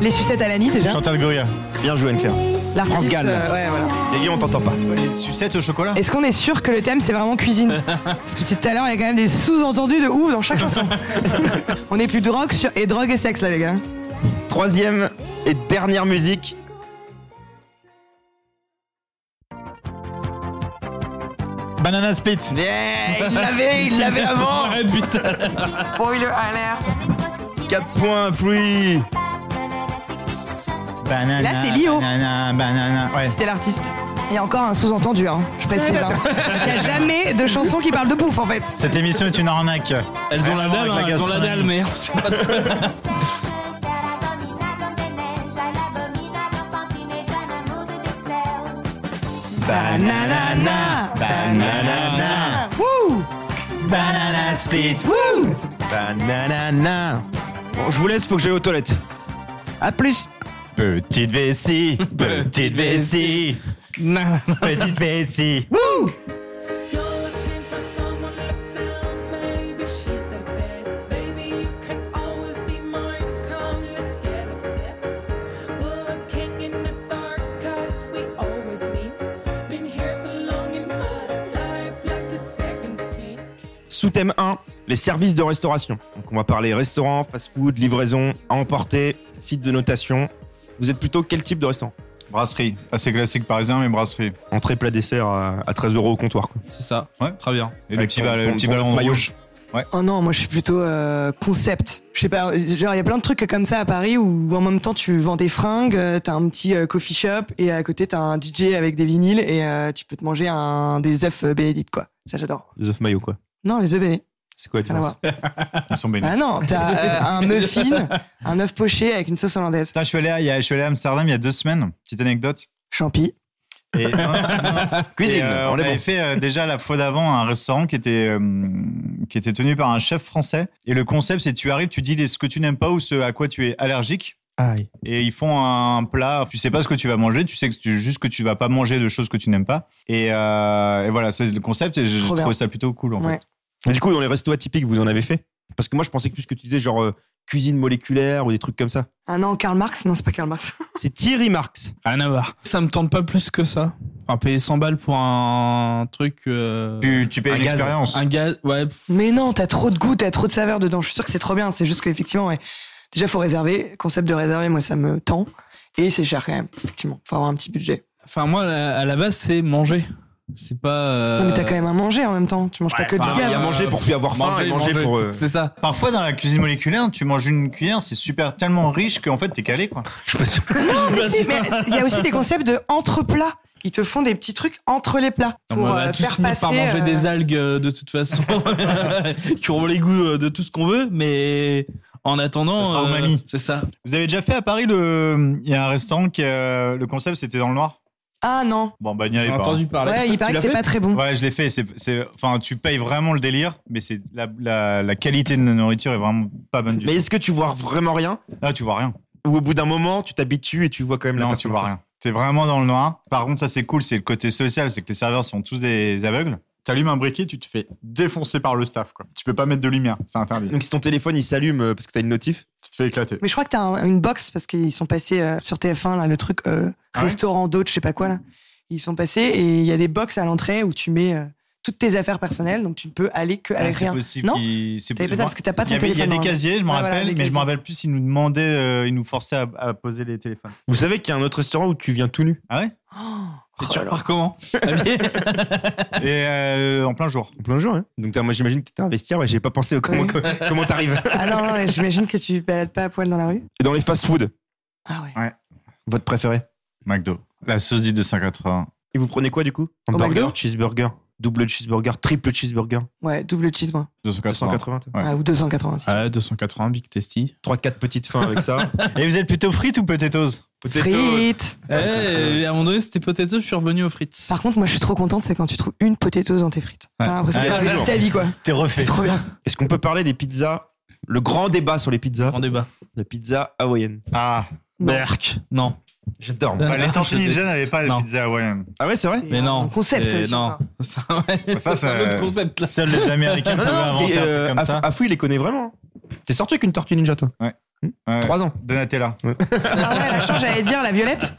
Speaker 3: Les sucettes à l'Annie déjà.
Speaker 2: Chantal Goya.
Speaker 1: Bien joué Anne-Claire. France
Speaker 3: L'artiste.
Speaker 1: Gall.
Speaker 3: euh, ouais, voilà.
Speaker 1: Les gars, on t'entend pas.
Speaker 2: Les sucettes au chocolat
Speaker 3: Est-ce qu'on est sûr que le thème c'est vraiment cuisine Parce que depuis tout à l'heure, il y a quand même des sous-entendus de ouf dans chaque chanson. on est plus drogue sur... et drogue et sexe là, les gars.
Speaker 1: Troisième et dernière musique.
Speaker 2: Banana Split.
Speaker 3: Eh,
Speaker 1: Yeah, il l'avait, il l'avait avant.
Speaker 5: Arrête putain.
Speaker 3: Spoiler alert.
Speaker 1: 4 points, Free.
Speaker 2: Banana.
Speaker 3: Là, c'est Lio.
Speaker 2: Banana, banana. Ouais.
Speaker 3: C'était l'artiste. Il y a encore un sous-entendu, hein. je précise. hein. Il n'y a jamais de chanson qui parle de bouffe en fait.
Speaker 2: Cette émission est une arnaque.
Speaker 5: Elles ont
Speaker 2: Rien à
Speaker 5: la
Speaker 2: voir
Speaker 5: dalle,
Speaker 2: avec
Speaker 5: hein,
Speaker 2: la
Speaker 5: elles ont la
Speaker 2: gastronomie.
Speaker 5: dalle, mais.
Speaker 3: Banana. Ah.
Speaker 2: Banana.
Speaker 3: Wouh
Speaker 2: Banana Split.
Speaker 3: Wouh
Speaker 1: Banana. Bon, je vous laisse, faut que j'aille aux toilettes. À plus.
Speaker 2: Petite vessie. Petite vessie.
Speaker 5: Non.
Speaker 2: Petite vessie.
Speaker 1: Sous-thème 1, les services de restauration. Donc on va parler restaurant, fast-food, livraison, à emporter, site de notation. Vous êtes plutôt quel type de restaurant
Speaker 2: Brasserie. Assez classique parisien, mais brasserie.
Speaker 1: Entrée, plat, dessert euh, à 13 euros au comptoir. quoi.
Speaker 5: C'est ça.
Speaker 2: Ouais.
Speaker 5: Très bien.
Speaker 2: Et
Speaker 1: Avec ton- ton- ton maillot.
Speaker 3: Oh non, moi je suis plutôt euh, concept. Je sais pas, genre il y a plein de trucs comme ça à Paris où en même temps tu vends des fringues, euh, t'as un petit euh, coffee shop et à côté t'as un DJ avec des vinyles et euh, tu peux te manger un des œufs euh, bénédicts quoi. Ça j'adore.
Speaker 1: Des œufs maillot, quoi.
Speaker 3: Non, les œufs bénédicts,
Speaker 1: C'est quoi la
Speaker 3: rien à
Speaker 1: différence
Speaker 3: voir.
Speaker 2: Ils sont bénis.
Speaker 3: Ah non, t'as euh, un muffin, un œuf poché avec une sauce hollandaise.
Speaker 2: Putain, je suis allé à, il y a- je suis allé à Amsterdam il y a deux semaines. Petite anecdote.
Speaker 3: Champi.
Speaker 2: Et, non, non, non.
Speaker 1: Cuisine,
Speaker 2: Et, euh,
Speaker 1: on
Speaker 2: on,
Speaker 1: est
Speaker 2: avait
Speaker 1: bon.
Speaker 2: fait euh, déjà la fois d'avant un restaurant qui était, euh, qui était tenu par un chef français. Et le concept, c'est tu arrives, tu dis les- ce que tu n'aimes pas ou ce à quoi tu es allergique. Et ils font un plat, tu sais pas ce que tu vas manger, tu sais que tu, juste que tu vas pas manger de choses que tu n'aimes pas. Et, euh, et voilà, c'est le concept et j'ai
Speaker 3: Trop bien.
Speaker 2: trouvé ça plutôt cool en
Speaker 3: Ouais.
Speaker 2: fait.
Speaker 1: Et du coup, dans les restos atypiques, vous en avez fait Parce que moi, je pensais que plus que tu disais genre euh, cuisine moléculaire ou des trucs comme ça.
Speaker 3: Ah non, Karl Marx Non, c'est pas Karl Marx.
Speaker 1: C'est Thierry Marx.
Speaker 5: Rien à voir. Ça me tente pas plus que ça. Enfin, payer 100 balles pour un truc. euh,
Speaker 2: Tu, tu payes
Speaker 1: Un
Speaker 2: une
Speaker 1: gaz.
Speaker 2: expérience.
Speaker 5: Un gaz. Ouais. pff,
Speaker 3: Mais non, t'as trop de goût, t'as trop de saveur dedans. Je suis sûr que c'est trop bien. C'est juste qu'effectivement, ouais. déjà, faut réserver. Concept de réserver, moi, ça me tend. Et c'est cher quand même, effectivement. Faut avoir un petit budget.
Speaker 5: Enfin, moi, à la base, c'est manger. C'est pas. euh,
Speaker 3: Non, mais t'as quand même à manger en même temps. Tu manges pas que
Speaker 5: enfin,
Speaker 3: du
Speaker 1: Ah, Il y
Speaker 3: gaz.
Speaker 1: a
Speaker 5: euh,
Speaker 1: mangé pour puis avoir faim et manger, pour. euh,
Speaker 5: C'est ça.
Speaker 2: Parfois dans la cuisine moléculaire, tu manges une cuillère, c'est super tellement riche qu'en fait t'es calé quoi.
Speaker 3: Non, mais si, mais il y a aussi des concepts de entre-plats. Ils te font des petits trucs entre les plats
Speaker 5: Non,
Speaker 3: pour
Speaker 5: mais on va
Speaker 3: euh,
Speaker 5: tous
Speaker 3: faire
Speaker 5: finir
Speaker 3: passer.
Speaker 5: par manger
Speaker 3: euh,
Speaker 5: des algues euh, de toute façon qui auront les goûts euh, de tout ce qu'on veut, mais en attendant, euh,
Speaker 2: Ça sera umami.
Speaker 5: c'est ça.
Speaker 2: Vous avez déjà fait à Paris le, il y a un restaurant qui euh, le concept c'était dans le noir.
Speaker 3: Ah non.
Speaker 2: Bon bah n'y
Speaker 5: J'ai
Speaker 2: allez pas.
Speaker 5: entendu parler.
Speaker 3: Ouais, il paraît que c'est pas très bon.
Speaker 2: Ouais, je l'ai fait. C'est, c'est, enfin, tu payes vraiment le délire, mais c'est la, la, la qualité de la nourriture est vraiment pas bonne du
Speaker 1: Mais est-ce que tu vois vraiment rien
Speaker 2: tout. Là, tu vois rien.
Speaker 1: Ou au bout d'un moment, tu t'habitues et tu vois quand même la
Speaker 2: Non, tu
Speaker 1: personne en
Speaker 2: vois
Speaker 1: face
Speaker 2: rien. T'es vraiment dans le noir. Par contre, ça c'est cool, c'est le côté social, c'est que les serveurs sont tous des aveugles. T'allumes un briquet, tu te fais défoncer par le staff. Quoi. Tu peux pas mettre de lumière, c'est interdit.
Speaker 1: Donc si ton téléphone il s'allume euh, parce que t'as une notif,
Speaker 2: Tu te fais éclater.
Speaker 3: Mais je crois que t'as un- une box parce qu'ils sont passés euh, sur TF1 là, le truc euh,
Speaker 2: Ah ouais
Speaker 3: restaurant d'hôtes, je sais pas quoi là. Ils sont passés et il y a des box à l'entrée où tu mets euh, toutes tes affaires personnelles, donc tu ne peux aller que
Speaker 2: Ah,
Speaker 3: avec
Speaker 2: c'est
Speaker 3: rien.
Speaker 2: possible
Speaker 3: Non
Speaker 2: qu'il- c'est-
Speaker 3: T'avais pas ça parce que t'as pas
Speaker 2: Il y, avait-
Speaker 3: ton
Speaker 2: il y a
Speaker 3: téléphone.
Speaker 2: des
Speaker 3: dans la-
Speaker 2: casiers, je m'en
Speaker 3: Ouais, voilà,
Speaker 2: rappelle,
Speaker 3: des
Speaker 2: mais je me
Speaker 3: casiers.
Speaker 2: rappelle plus s'ils nous demandaient, euh, ils nous forçaient à, à poser les téléphones.
Speaker 1: vous savez qu'il y a un autre restaurant où tu viens tout nu
Speaker 2: Ah ouais
Speaker 3: Oh
Speaker 5: Tu
Speaker 3: là là.
Speaker 5: repars comment Habillé
Speaker 2: Et euh, en plein jour.
Speaker 1: en plein jour. Hein. Donc t'as- moi j'imagine que t'es un vestiaire. Ouais, j'ai pas pensé au comment
Speaker 3: Oui.
Speaker 1: comment t'arrives.
Speaker 3: Ah non, non, mais j'imagine que tu te balades pas à poil dans la rue.
Speaker 1: Et dans les fast-food,
Speaker 3: Ah ouais.
Speaker 1: votre préféré
Speaker 2: McDo. La sauce du 280.
Speaker 1: Et vous prenez quoi du coup Un
Speaker 3: Au
Speaker 1: burger,
Speaker 3: McDo
Speaker 1: cheeseburger, double cheeseburger, triple cheeseburger,
Speaker 3: Ouais, double cheese moi.
Speaker 2: 280.
Speaker 1: 280. toi.
Speaker 2: Ouais.
Speaker 3: Ah, ou 286.
Speaker 5: Ah, 280 Big Testy.
Speaker 1: Trois quatre petites fins avec ça.
Speaker 2: Et vous êtes plutôt frites ou potatoes
Speaker 1: Potato,
Speaker 3: Frites.
Speaker 5: Eh, à un moment donné, c'était potato, je suis revenu aux frites.
Speaker 3: Par contre, moi, je suis trop contente, c'est quand tu trouves une potatoes dans tes frites. T'as l'impression
Speaker 1: Ah,
Speaker 3: que t'as
Speaker 1: toujours.
Speaker 3: réussi ta vie, quoi.
Speaker 2: T'es refait.
Speaker 3: C'est trop bien.
Speaker 1: Est-ce qu'on peut parler des pizzas Le grand débat sur les pizzas,
Speaker 5: Grand débat.
Speaker 1: la pizza hawaïenne.
Speaker 2: Ah,
Speaker 3: Non.
Speaker 5: Berk. Non.
Speaker 1: J'adore.
Speaker 5: Ah,
Speaker 2: bah, les
Speaker 5: je
Speaker 2: tortillas ninja
Speaker 5: déteste.
Speaker 2: n'avaient pas la
Speaker 5: Non.
Speaker 2: pizza hawaïenne.
Speaker 1: Ah ouais, c'est vrai
Speaker 5: Mais
Speaker 3: Et
Speaker 5: non.
Speaker 3: un Concept,
Speaker 5: c'est-
Speaker 3: ça aussi.
Speaker 5: non. Ça,
Speaker 2: ça,
Speaker 5: ouais, ça, c'est un
Speaker 2: ça-
Speaker 5: autre concept là.
Speaker 2: Seuls les Américains
Speaker 1: Non,
Speaker 2: pouvaient
Speaker 1: non,
Speaker 2: inventer
Speaker 1: t'es,
Speaker 2: un
Speaker 1: euh,
Speaker 2: truc comme
Speaker 1: Af-
Speaker 2: ça.
Speaker 1: Afou, il les connaît vraiment. T'es sorti avec une tortue ninja, toi
Speaker 2: Ouais.
Speaker 1: Trois ans.
Speaker 2: Donatella.
Speaker 3: Ah ouais, la chance, j'allais dire, la violette.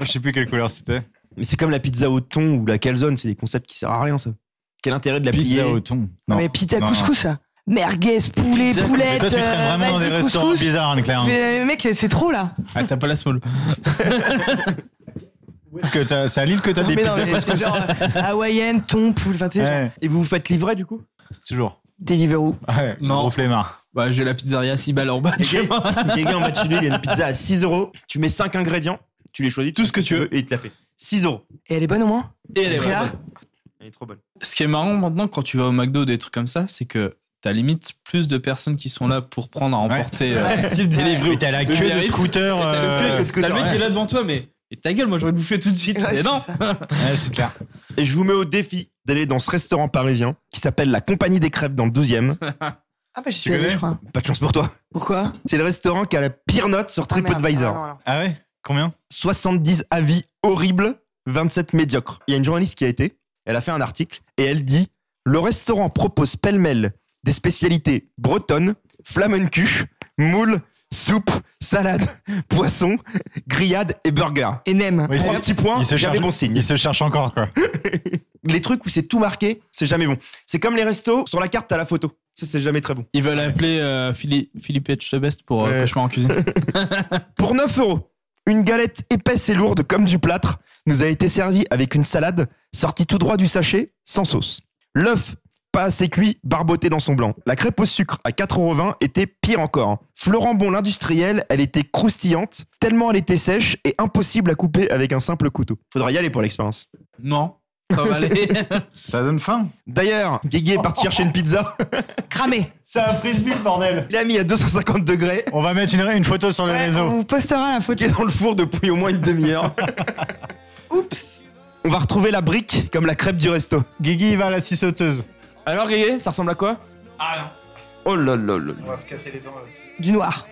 Speaker 2: Je sais plus quelle couleur c'était.
Speaker 1: Mais c'est comme la pizza au thon ou la calzone, c'est des concepts qui servent à rien, ça. Quel intérêt de la plier
Speaker 2: Pizza au thon.
Speaker 3: Non, mais pizza
Speaker 2: Non, non.
Speaker 3: couscous, ça. Merguez, poulet,
Speaker 5: Pizza-
Speaker 2: Mais
Speaker 3: poulette.
Speaker 2: toi, tu traînes
Speaker 3: euh,
Speaker 2: vraiment dans des
Speaker 3: vas-y,
Speaker 2: restaurants
Speaker 3: couscous.
Speaker 2: bizarres, Anne-Claire. hein.
Speaker 3: Mais euh, mec, c'est trop là.
Speaker 5: Ah, t'as pas la small.
Speaker 2: Parce que t'as- c'est à Lille que t'as des
Speaker 3: mais non,
Speaker 2: pizzas
Speaker 3: mais
Speaker 2: couscous.
Speaker 3: c'est genre hawaïenne, thon, poule, enfin, tu sais, genre,
Speaker 2: Ouais,
Speaker 1: Et vous vous faites livrer, du coup
Speaker 2: toujours.
Speaker 3: Deliveroo.
Speaker 2: Ouais,
Speaker 5: Non.
Speaker 2: Gros flemmard.
Speaker 5: Bah, j'ai la pizzeria 6 balles en bas.
Speaker 1: Les
Speaker 5: tu vois.
Speaker 1: gars, les gars, en bas de chez lui, il y a une pizza à 6 euros. Tu mets 5 ingrédients, tu les choisis, tout ce que tu veux, et il te la fait. 6 euros.
Speaker 3: Et elle est bonne au moins
Speaker 1: Et elle est
Speaker 3: Après là,
Speaker 1: vraiment bonne. Elle est trop bonne.
Speaker 5: Ce qui est marrant maintenant quand tu vas au McDo des trucs comme ça, c'est que t'as limite plus de personnes qui sont là pour prendre à
Speaker 2: Ouais.
Speaker 5: emporter euh,
Speaker 2: Style
Speaker 5: Deliveroo.
Speaker 2: Mais t'as la
Speaker 5: Le
Speaker 2: queue de
Speaker 5: mérite.
Speaker 2: scooter.
Speaker 5: T'as le,
Speaker 2: euh,
Speaker 5: mec- t'as le mec qui est là devant toi, mais. Et ta gueule, moi j'aurais bouffé tout de suite.
Speaker 3: Ouais,
Speaker 5: mais
Speaker 3: c'est
Speaker 5: non
Speaker 3: ça.
Speaker 2: Ouais, c'est clair.
Speaker 1: Et je vous mets au défi d'aller dans ce restaurant parisien qui s'appelle La Compagnie des Crêpes dans le 12 e
Speaker 3: Ah bah, je suis
Speaker 2: Tu
Speaker 3: allée,
Speaker 2: connais
Speaker 3: je crois.
Speaker 1: Pas de chance pour toi.
Speaker 3: Pourquoi
Speaker 1: C'est le restaurant qui a la pire note sur
Speaker 3: Ah, merde.
Speaker 1: TripAdvisor.
Speaker 3: Ah, non, alors.
Speaker 2: Ah ouais Combien
Speaker 1: 70 avis horribles, 27 médiocres. Il y a une journaliste qui a été, elle a fait un article et elle dit Le restaurant propose pêle-mêle des spécialités bretonnes, flamencuches, moules, soupe, salade, poisson, grillade et burger.
Speaker 3: Et Nem.
Speaker 2: Oui,
Speaker 1: Trois
Speaker 2: c'est-
Speaker 1: petits points,
Speaker 2: il se
Speaker 1: jamais
Speaker 2: charge-
Speaker 1: bon signe.
Speaker 2: Il se cherche encore, quoi.
Speaker 1: Les trucs où c'est tout marqué, c'est jamais bon. C'est comme les restos, sur la carte, t'as la photo. Ça, c'est jamais très bon.
Speaker 5: Ils veulent appeler euh, Phili- Philippe H. The Best pour euh,
Speaker 1: Ouais.
Speaker 5: cauchemar en cuisine.
Speaker 1: Pour 9 euros, une galette épaisse et lourde comme du plâtre nous a été servie avec une salade sortie tout droit du sachet, sans sauce. L'œuf, pas assez cuit, barboté dans son blanc. La crêpe au sucre à 4,20€ était pire encore. Florambon l'industriel, elle était croustillante, tellement elle était sèche et impossible à couper avec un simple couteau. Faudra y aller pour l'expérience.
Speaker 5: non, ça va aller.
Speaker 2: Ça donne faim.
Speaker 1: D'ailleurs, Guégué est parti chercher une pizza.
Speaker 3: Cramé.
Speaker 2: C'est un frisbee, le bordel.
Speaker 1: Il a mis à 250 degrés.
Speaker 2: On va mettre une, une photo sur les
Speaker 3: Ouais,
Speaker 2: réseaux.
Speaker 3: on vous postera la
Speaker 1: Qui
Speaker 3: photo.
Speaker 1: est dans le four depuis au moins une demi-heure.
Speaker 3: Oups.
Speaker 1: On va retrouver la brique comme la crêpe du resto.
Speaker 2: Guigui, il va à la scie sauteuse.
Speaker 5: Alors, Guégué, ça ressemble à quoi
Speaker 11: Ah non,
Speaker 1: Oh là là là.
Speaker 11: on va se casser les dents là-dessus.
Speaker 3: Du noir.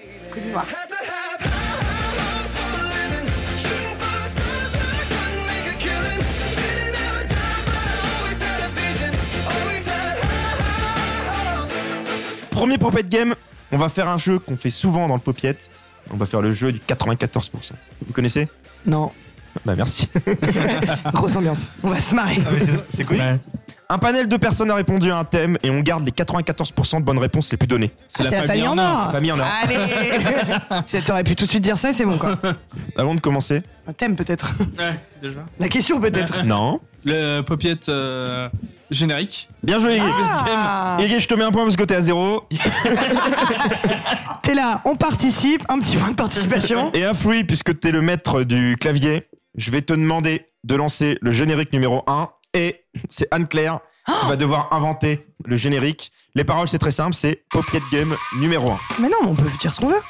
Speaker 1: Premier Poppet Game, on va faire un jeu qu'on fait souvent dans le Popiette. On va faire le jeu du 94%. Vous connaissez
Speaker 3: Non.
Speaker 1: Bah merci.
Speaker 3: Grosse ambiance. On va se
Speaker 2: Ah,
Speaker 3: marrer.
Speaker 2: C'est connu
Speaker 1: Un panel de personnes a répondu à un thème et on garde les 94% de bonnes réponses les plus données.
Speaker 3: Ah, c'est la famille en or.
Speaker 1: Famille en or.
Speaker 3: Allez Si T'aurais pu tout de suite dire ça, c'est bon quoi.
Speaker 1: Avant de commencer
Speaker 3: Un thème peut-être.
Speaker 5: Ouais, déjà.
Speaker 3: La question peut-être.
Speaker 1: Non.
Speaker 5: Le popiette euh, générique.
Speaker 1: Bien joué, Yégué.
Speaker 3: Ah,
Speaker 1: Yégué, je te mets un point parce que t'es à zéro.
Speaker 3: T'es là, on participe. Un petit point de participation.
Speaker 1: Et un free, puisque t'es le maître du clavier, je vais te demander de lancer le générique numéro 1. Et c'est Anne-Claire qui va devoir inventer le générique. Les paroles, c'est très simple, c'est Popiette Game numéro 1.
Speaker 3: Mais non, mais on peut dire ce qu'on veut.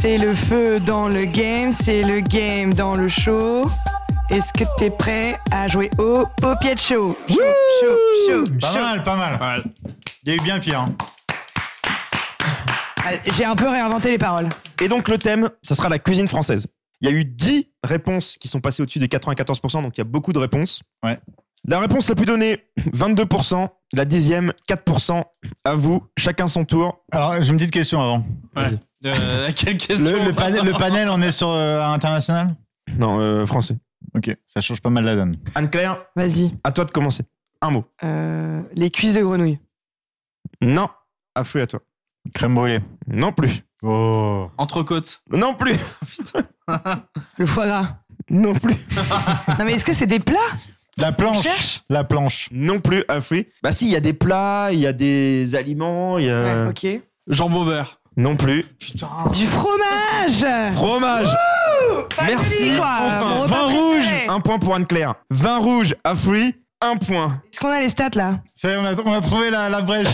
Speaker 3: C'est le feu dans le game, c'est le game dans le show. Est-ce que t'es prêt à jouer au popiette show Show, show, show,
Speaker 2: Pas
Speaker 3: show.
Speaker 2: mal, pas mal.
Speaker 5: Voilà.
Speaker 2: Il y a eu bien pire. hein.
Speaker 3: Ah, J'ai un peu réinventé les paroles.
Speaker 1: Et donc, le thème, ça sera la cuisine française. Il y a eu 10 réponses qui sont passées au-dessus de 94%, donc il y a beaucoup de réponses.
Speaker 2: Ouais.
Speaker 1: La réponse la plus donnée, 22%. La dixième, 4%. À vous, chacun son tour.
Speaker 2: Alors, j'ai une petite question avant.
Speaker 5: Ouais. Euh, à quelle question
Speaker 2: Le, le panel, le panel, on est sur euh, international
Speaker 1: Non, euh, français.
Speaker 2: Ok, ça change pas mal la donne.
Speaker 1: Anne-Claire,
Speaker 3: Vas-y.
Speaker 1: à toi de commencer. Un mot.
Speaker 3: Euh, les cuisses de grenouille.
Speaker 1: Non. Afflux à toi.
Speaker 2: Crème brûlée.
Speaker 1: Non plus.
Speaker 2: Oh.
Speaker 5: Entrecôte.
Speaker 1: Non plus.
Speaker 3: Le foie gras.
Speaker 1: Non plus.
Speaker 3: Non mais est-ce que c'est des plats
Speaker 2: La planche. La planche.
Speaker 1: Non plus, Afflux. Bah si, il y a des plats, il y a des aliments, il y a...
Speaker 3: Ok.
Speaker 5: Jambon vert.
Speaker 1: Non plus.
Speaker 5: Putain.
Speaker 3: Du fromage
Speaker 1: Fromage. Merci. Enfin, vin rouge. Un point pour Anne-Claire. Vin rouge, Afflux. Un point.
Speaker 3: Est-ce qu'on a les stats là
Speaker 2: Ça y est, on a, on a trouvé la, la brèche.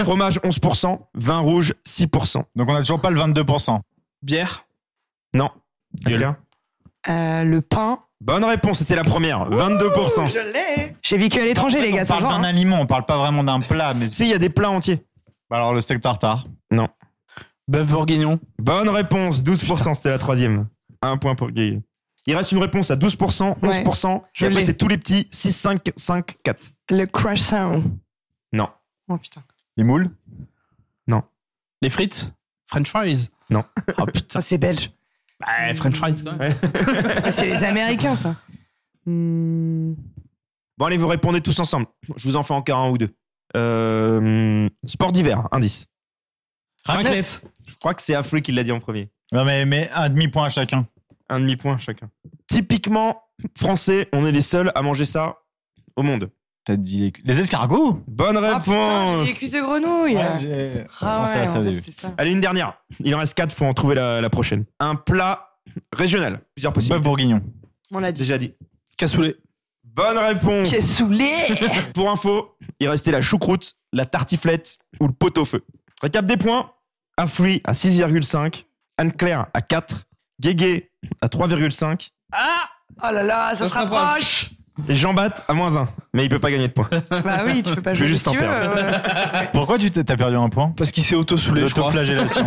Speaker 1: Fromage 11%, vin rouge 6%.
Speaker 2: Donc, on a toujours pas le 22%.
Speaker 5: Bière.
Speaker 1: Non.
Speaker 2: Gueule.
Speaker 1: Anne-Claire
Speaker 3: Euh, Le pain.
Speaker 1: Bonne réponse, c'était la première. 22%.
Speaker 3: l'ai J'ai vécu à l'étranger les
Speaker 2: on
Speaker 3: gars, ça
Speaker 2: parle
Speaker 3: va.
Speaker 2: d'un
Speaker 3: hein.
Speaker 2: aliment, on parle pas vraiment d'un plat. Mais...
Speaker 1: Si, il y a des plats entiers.
Speaker 2: Bah alors, le steak tartare.
Speaker 5: Bœuf bourguignon.
Speaker 1: Bonne réponse, 12%, c'était la troisième. Un point pour Guy. Il reste une réponse à 12%, 11%.
Speaker 3: je
Speaker 1: et après,
Speaker 3: l'ai.
Speaker 1: c'est tous les petits 6, 5, 5, 4.
Speaker 3: Le croissant.
Speaker 1: Non.
Speaker 3: Oh putain.
Speaker 2: Les moules
Speaker 5: Les frites. French fries.
Speaker 1: Non.
Speaker 5: Oh putain.
Speaker 3: Ça c'est belge.
Speaker 5: Bah, French fries quand même.
Speaker 3: Ah, c'est les Américains ça. Hmm.
Speaker 1: Bon, allez, vous répondez tous ensemble. Je vous en fais encore un ou deux. Euh, sport d'hiver, indice.
Speaker 5: Raclette.
Speaker 1: Je crois que c'est Afri qui l'a dit en premier.
Speaker 2: Non, mais, mais un demi-point à chacun.
Speaker 1: Un demi-point chacun. Typiquement français, on est les seuls à manger ça au monde.
Speaker 2: T'as dit les, les escargots
Speaker 1: Bonne
Speaker 3: Ah putain,
Speaker 1: réponse.
Speaker 3: j'ai les cuisses de grenouille.
Speaker 2: Ouais, j'ai
Speaker 3: Ah
Speaker 2: pensé
Speaker 3: ouais,
Speaker 2: à ça au
Speaker 3: en fait,
Speaker 2: début.
Speaker 3: c'était ça.
Speaker 1: allez, une dernière. Il en reste 4, faut en trouver la, la prochaine. Un plat régional. Plusieurs
Speaker 2: Bœuf
Speaker 1: possibles.
Speaker 2: bourguignon.
Speaker 3: Bah, On l'a dit.
Speaker 1: Déjà dit.
Speaker 5: Cassoulet.
Speaker 1: Bonne réponse.
Speaker 3: Qui est saoulé
Speaker 1: Pour info, il restait la choucroute, la tartiflette ou le pot-au-feu. Récap des points. Afri à 6,5. Anne-Claire à 4. Guégué à 3,5.
Speaker 5: Ah
Speaker 3: Oh là là, ça,
Speaker 5: Ça
Speaker 3: se
Speaker 5: se
Speaker 3: rapproche
Speaker 1: Et Jean-Bat à moins 1. Mais il peut pas gagner de points.
Speaker 3: Bah oui, tu peux pas
Speaker 1: Je vais
Speaker 3: jouer.
Speaker 1: juste
Speaker 3: si
Speaker 1: en
Speaker 3: tu veux,
Speaker 1: perdre.
Speaker 3: ouais.
Speaker 2: Pourquoi tu t'es- t'as perdu un point
Speaker 5: Parce qu'il s'est auto-soulé, je crois.
Speaker 2: L'autoflagellation.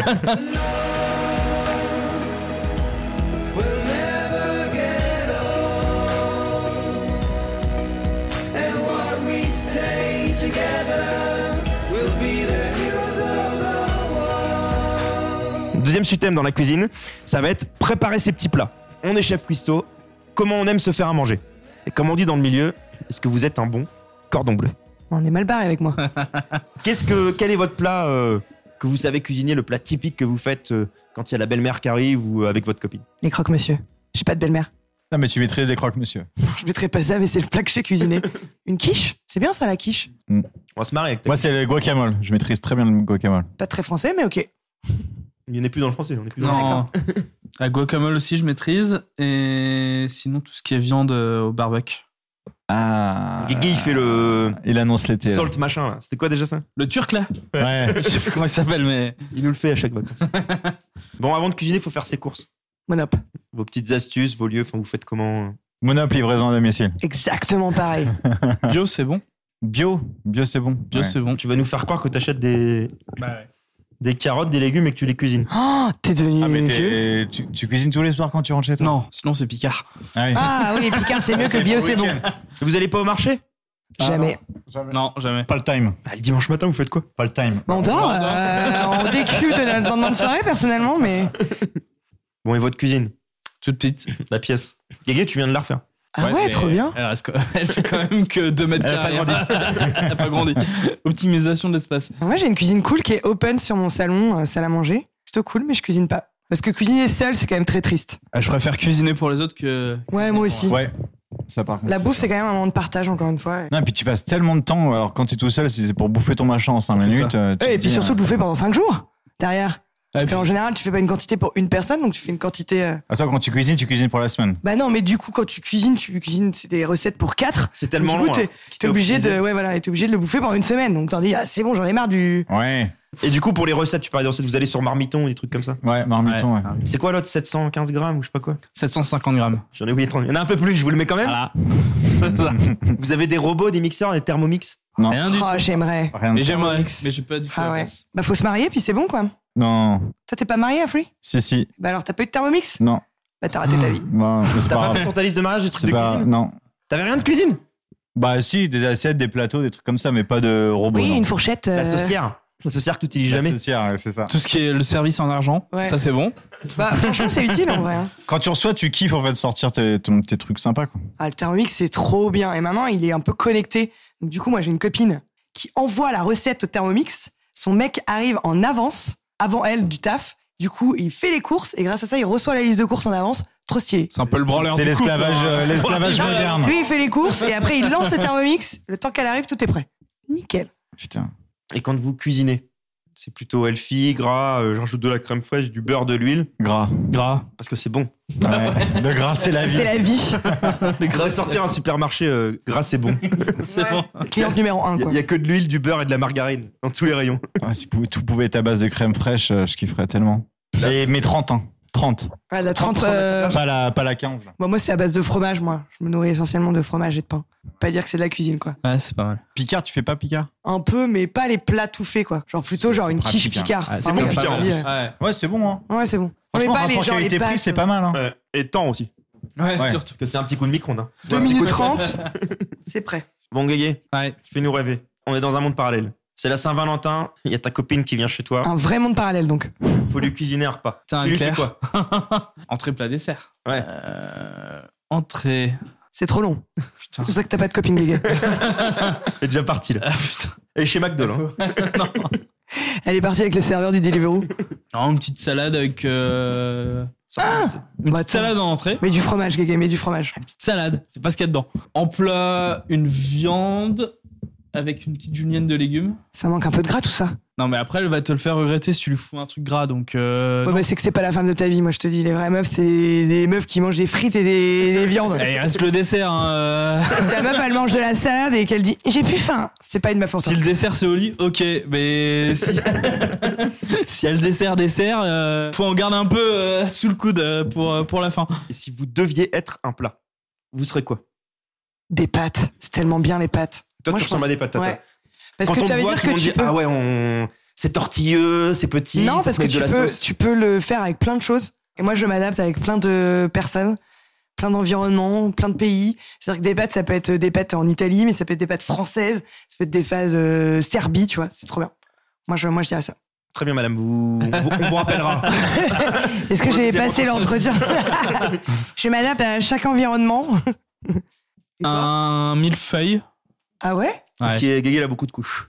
Speaker 1: Deuxième sous-thème dans la cuisine, ça va être préparer ses petits plats. On est chef cuistot. Comment on aime se faire à manger Et comme on dit dans le milieu, est-ce que vous êtes un bon cordon bleu
Speaker 3: On est mal barré avec moi.
Speaker 1: Qu'est-ce que quel est votre plat euh, que vous savez cuisiner, le plat typique que vous faites euh, quand il y a la belle-mère qui arrive ou avec votre copine
Speaker 3: Les croque monsieur. J'ai pas de belle-mère.
Speaker 2: non, mais tu maîtrises les crocs, monsieur.
Speaker 3: Je mettrai pas ça, mais c'est le plat que j'ai cuisiné. Une quiche C'est bien ça, la quiche
Speaker 1: On va se marrer. Avec ta-
Speaker 2: Moi, c'est le guacamole. Je maîtrise très bien le guacamole.
Speaker 3: Pas très français, mais ok.
Speaker 1: Il n'y en a plus dans le français. On est plus dans...
Speaker 5: Non. La guacamole aussi, je maîtrise. Et sinon, tout ce qui est viande euh, au barbecue.
Speaker 2: Ah.
Speaker 1: Guigui, il fait le
Speaker 2: Il annonce l'été. là.
Speaker 1: salt machin. là. C'était quoi déjà ça
Speaker 5: Le turc, là
Speaker 2: Ouais.
Speaker 5: Je sais pas comment il s'appelle, mais.
Speaker 1: Il nous le fait à chaque vacances. Bon, avant de cuisiner, faut faire ses courses.
Speaker 3: Monop.
Speaker 1: Vos petites astuces, vos lieux, enfin, vous faites comment euh
Speaker 2: Monop, livraison à domicile.
Speaker 3: Exactement pareil.
Speaker 5: Bio, c'est bon.
Speaker 2: Bio, bio c'est bon.
Speaker 5: Bio,
Speaker 2: Ouais.
Speaker 5: c'est bon.
Speaker 1: Tu vas nous faire croire que t'achètes des, des carottes, des légumes et que tu les cuisines.
Speaker 3: Oh, t'es devenu
Speaker 2: Ah, mais t'es-
Speaker 3: vieux.
Speaker 2: tu, tu cuisines tous les soirs quand tu rentres chez toi
Speaker 5: Non, sinon c'est Picard.
Speaker 2: Ah oui.
Speaker 3: Ah oui, Picard, c'est mieux que bio, c'est bon.
Speaker 1: Vous allez pas au marché
Speaker 2: Ah,
Speaker 3: Jamais.
Speaker 5: Non, jamais.
Speaker 2: Pas le time,
Speaker 1: Bah, Le dimanche matin, vous faites quoi
Speaker 2: pas le time.
Speaker 3: Bah, on dort, euh, on décuve de notre lendemain de soirée, personnellement, mais.
Speaker 1: Bon, et votre cuisine
Speaker 5: Toute petite.
Speaker 1: La pièce. Gégé, tu viens de la refaire.
Speaker 3: Ah ouais,
Speaker 5: mais
Speaker 3: trop bien.
Speaker 5: Elle, reste... elle fait quand même que 2 mètres
Speaker 1: Elle a pas
Speaker 5: carrés. Elle a pas grandi. Optimisation de l'espace.
Speaker 3: Moi, j'ai une cuisine cool qui est open sur mon salon, euh, salle à manger. Plutôt cool, mais je cuisine pas. Parce que cuisiner seul, c'est quand même très triste.
Speaker 5: Ah, je préfère cuisiner pour les autres que.
Speaker 3: Ouais, moi aussi.
Speaker 2: Ouais, ça par contre.
Speaker 3: La bouffe, c'est quand même un moment de partage, encore une fois.
Speaker 2: Non, et puis tu passes tellement de temps, alors quand t'es tout seul, si c'est pour bouffer ton machin en 5
Speaker 5: C'est
Speaker 2: minutes. euh, tu
Speaker 3: Eh, Et,
Speaker 2: te
Speaker 3: puis
Speaker 2: dis,
Speaker 3: surtout,
Speaker 2: euh,
Speaker 3: bouffer pendant 5 jours derrière. Parce
Speaker 5: Ah,
Speaker 3: qu'en général, tu fais pas une quantité pour une personne, donc tu fais une quantité. euh,
Speaker 2: Attends, quand tu cuisines, tu cuisines pour la semaine.
Speaker 3: Bah non, mais du coup, quand tu cuisines, tu cuisines c'est des recettes pour 4.
Speaker 1: C'est tellement
Speaker 3: du
Speaker 1: long.
Speaker 3: coup,
Speaker 1: alors,
Speaker 3: t'es-
Speaker 1: quitter
Speaker 3: T'es
Speaker 1: au
Speaker 3: obligé
Speaker 1: plaisir.
Speaker 3: de, ouais, voilà, et t'es obligé de le bouffer pendant une semaine. Donc t'en dis, ah, c'est bon, j'en ai marre du.
Speaker 2: Ouais,
Speaker 1: Et du coup, pour les recettes, tu parlais de recettes, vous allez sur Marmiton ou des trucs comme ça.
Speaker 2: ouais, bah, marmiton, ouais.
Speaker 5: Ouais. Ah.
Speaker 1: C'est quoi l'autre 715 grammes ou je sais pas quoi
Speaker 5: 750 grammes.
Speaker 1: J'en ai oublié 30. Il y en a un peu plus, je vous le mets quand même.
Speaker 5: Voilà.
Speaker 1: Vous avez des robots, des mixeurs, des thermomix
Speaker 2: Ah.
Speaker 5: Rien du tout.
Speaker 3: Oh, j'aimerais.
Speaker 2: Rien de
Speaker 5: Mais j'aimerais.
Speaker 3: Thermomix.
Speaker 5: Mais j'ai pas du tout.
Speaker 3: Ah
Speaker 5: la
Speaker 3: ouais.
Speaker 5: place.
Speaker 3: Bah faut se marier, puis c'est bon, quoi.
Speaker 2: Non,
Speaker 3: Toi, t'es pas marié, Afri
Speaker 2: si, si,
Speaker 3: Bah alors, t'as pas eu de Thermomix
Speaker 2: non.
Speaker 3: Bah t'as raté ta
Speaker 5: Hmm.
Speaker 3: vie.
Speaker 2: Bah, mais c'est
Speaker 1: T'as
Speaker 2: pas
Speaker 1: pas
Speaker 2: grave.
Speaker 1: fait sur ta liste de mariage des trucs
Speaker 2: C'est
Speaker 1: de
Speaker 2: pas.
Speaker 1: cuisine
Speaker 2: Non.
Speaker 1: T'avais rien de cuisine
Speaker 2: Bah, si, des assiettes, des plateaux, des trucs comme ça, mais pas de robots.
Speaker 3: Oui,
Speaker 2: non.
Speaker 3: une fourchette. euh,
Speaker 1: La saucière. La saucière que tu utilises
Speaker 2: La
Speaker 1: jamais.
Speaker 2: saucière, ouais, c'est ça.
Speaker 5: Tout ce qui est le service en argent,
Speaker 3: Ouais.
Speaker 5: ça c'est bon.
Speaker 3: Bah franchement, c'est utile en vrai. hein.
Speaker 2: Quand tu reçois, tu kiffes en fait de sortir tes, ton- tes trucs sympas, quoi.
Speaker 3: Ah, le Thermomix, c'est trop bien. Et maintenant, il est un peu connecté. Donc, du coup, moi, j'ai une copine qui envoie la recette au Thermomix. Son mec arrive en avance, avant elle, du taf. Du coup, il fait les courses et grâce à ça, il reçoit la liste de courses en avance. Trop stylé.
Speaker 5: C'est un peu le branleur.
Speaker 2: C'est
Speaker 5: du couple,
Speaker 2: l'esclavage
Speaker 5: hein.
Speaker 2: euh, l'esclavage
Speaker 5: Ouais,
Speaker 2: moderne.
Speaker 3: Lui, il fait les courses et après, il lance le Thermomix. Le temps qu'elle arrive, tout est prêt. Nickel.
Speaker 2: Putain.
Speaker 1: Et quand vous cuisinez, c'est plutôt healthy, gras, euh, j'ajoute de la crème fraîche, du beurre, de l'huile,
Speaker 2: Gras.
Speaker 5: Gras.
Speaker 1: parce que c'est bon.
Speaker 2: Ah Ouais. Le gras, c'est la vie.
Speaker 3: C'est la vie.
Speaker 1: Vous allez sortir un supermarché, euh, gras, c'est bon.
Speaker 5: C'est bon.
Speaker 3: Cliente numéro un,
Speaker 1: Il
Speaker 3: quoi.
Speaker 1: n'y a que de l'huile, du beurre et de la margarine dans tous les rayons.
Speaker 2: Ah, si pou- tout pouvait être à base de crème fraîche, euh, je kifferais tellement. Et, mais hein. 30 ans. 30.
Speaker 3: Ouais, la 30,
Speaker 1: 30% de
Speaker 3: euh,
Speaker 2: Pas la, pas la 15. Là.
Speaker 3: bon, moi, c'est à base de fromage, moi. Je me nourris essentiellement de fromage et de pain. Pas dire que c'est de la cuisine, quoi.
Speaker 5: Ouais, c'est pas mal.
Speaker 2: Picard, tu fais pas Picard
Speaker 3: Un peu, mais pas les plats tout faits, quoi. Genre plutôt, genre une
Speaker 2: pratique,
Speaker 3: quiche
Speaker 2: hein.
Speaker 3: picard.
Speaker 5: Ouais,
Speaker 3: Enfin, bon,
Speaker 1: compliqué,
Speaker 3: à mon
Speaker 1: en
Speaker 3: avis,
Speaker 1: plus.
Speaker 5: Ouais.
Speaker 2: Ouais, c'est bon. Hein.
Speaker 3: Ouais, mais bon. On met
Speaker 2: Franchement,
Speaker 3: pas les
Speaker 2: rapport
Speaker 3: gens, les
Speaker 2: qualité-prix,
Speaker 3: pâtes,
Speaker 2: c'est pas mal. Hein.
Speaker 1: Euh, Et temps aussi.
Speaker 5: Ouais,
Speaker 2: Ouais.
Speaker 5: surtout.
Speaker 1: Parce que c'est un petit coup de micro, hein.
Speaker 3: 2 minutes 30, c'est prêt.
Speaker 1: Bon, Guégué,
Speaker 5: Ouais.
Speaker 1: fais-nous rêver. On est dans un monde parallèle. C'est la Saint-Valentin, il y a ta copine qui vient chez toi,
Speaker 3: Un vrai monde parallèle donc.
Speaker 1: faut lui cuisiner un repas.
Speaker 5: T'as un
Speaker 1: tu lui
Speaker 5: clair.
Speaker 1: fais quoi
Speaker 5: Entrée plat dessert.
Speaker 1: Ouais.
Speaker 5: Euh, entrée.
Speaker 3: C'est trop long.
Speaker 5: Putain.
Speaker 3: C'est pour ça que t'as pas de copine gay.
Speaker 1: T'es déjà parti là.
Speaker 5: Ah, putain.
Speaker 1: Et chez McDo, là. hein.
Speaker 5: non.
Speaker 3: Elle est partie avec le serveur du Deliveroo.
Speaker 5: Non, une petite salade avec. euh, Une
Speaker 3: Bah,
Speaker 5: petite
Speaker 3: attends.
Speaker 5: salade en entrée.
Speaker 3: Mais du fromage, Gégé, mais du fromage.
Speaker 5: Petite salade. C'est pas ce qu'il y a dedans. En plat, une viande avec une petite julienne de légumes.
Speaker 3: Ça manque un peu de gras tout ça.
Speaker 1: Euh,
Speaker 5: Non, mais après, elle va te le faire regretter si tu lui fous un truc gras. Donc, euh,
Speaker 3: Ouais, bah, c'est que c'est pas la femme de ta vie, moi je te dis. Les vraies meufs, c'est des meufs qui mangent des frites et des, des viandes.
Speaker 5: Eh, il reste le dessert. hein, euh.
Speaker 3: Ta meuf, elle mange de la salade et qu'elle dit J'ai plus faim. C'est pas une meuf en
Speaker 5: Si le dessert c'est au lit, ok, mais si si y a le dessert dessert, euh, faut en garder un peu euh, sous le coude euh, pour euh, pour la fin.
Speaker 1: Et si vous deviez être un plat, vous serez quoi
Speaker 3: Des pâtes. C'est tellement bien les pâtes.
Speaker 1: Toi,
Speaker 3: Moi,
Speaker 1: tu
Speaker 3: je
Speaker 1: ressembles
Speaker 3: pense-
Speaker 1: à des patates.
Speaker 3: Ouais. Parce
Speaker 1: Quand
Speaker 3: que
Speaker 1: on
Speaker 3: tu
Speaker 1: te
Speaker 3: vas
Speaker 1: voit,
Speaker 3: dire
Speaker 1: tout le
Speaker 3: que
Speaker 1: monde
Speaker 3: tu
Speaker 1: dit,
Speaker 3: peux.
Speaker 1: Ah ouais, on... c'est tortilleux, c'est petit,
Speaker 3: Non,
Speaker 1: ça
Speaker 3: parce
Speaker 1: se
Speaker 3: que
Speaker 1: met
Speaker 3: tu
Speaker 1: de la
Speaker 3: peux,
Speaker 1: sauce.
Speaker 3: tu peux le faire avec plein de choses. Et moi, je m'adapte avec plein de personnes, plein d'environnements, plein de pays. C'est-à-dire que des pâtes, ça peut être des pâtes en Italie, mais ça peut être des pâtes françaises, ça peut être des phases euh, Serbie, tu vois. C'est trop bien. Moi, je, moi, je dirais ça.
Speaker 1: Très bien, madame, vous... on vous- on vous rappellera.
Speaker 3: Est-ce que
Speaker 1: Pour le
Speaker 3: j'ai
Speaker 1: deuxième
Speaker 3: passé l'entretien Je m'adapte à chaque environnement. Et toi
Speaker 5: Un millefeuille.
Speaker 3: Ah ouais
Speaker 1: Parce
Speaker 5: Ouais.
Speaker 1: qu'il est Guégué, il a beaucoup de couches.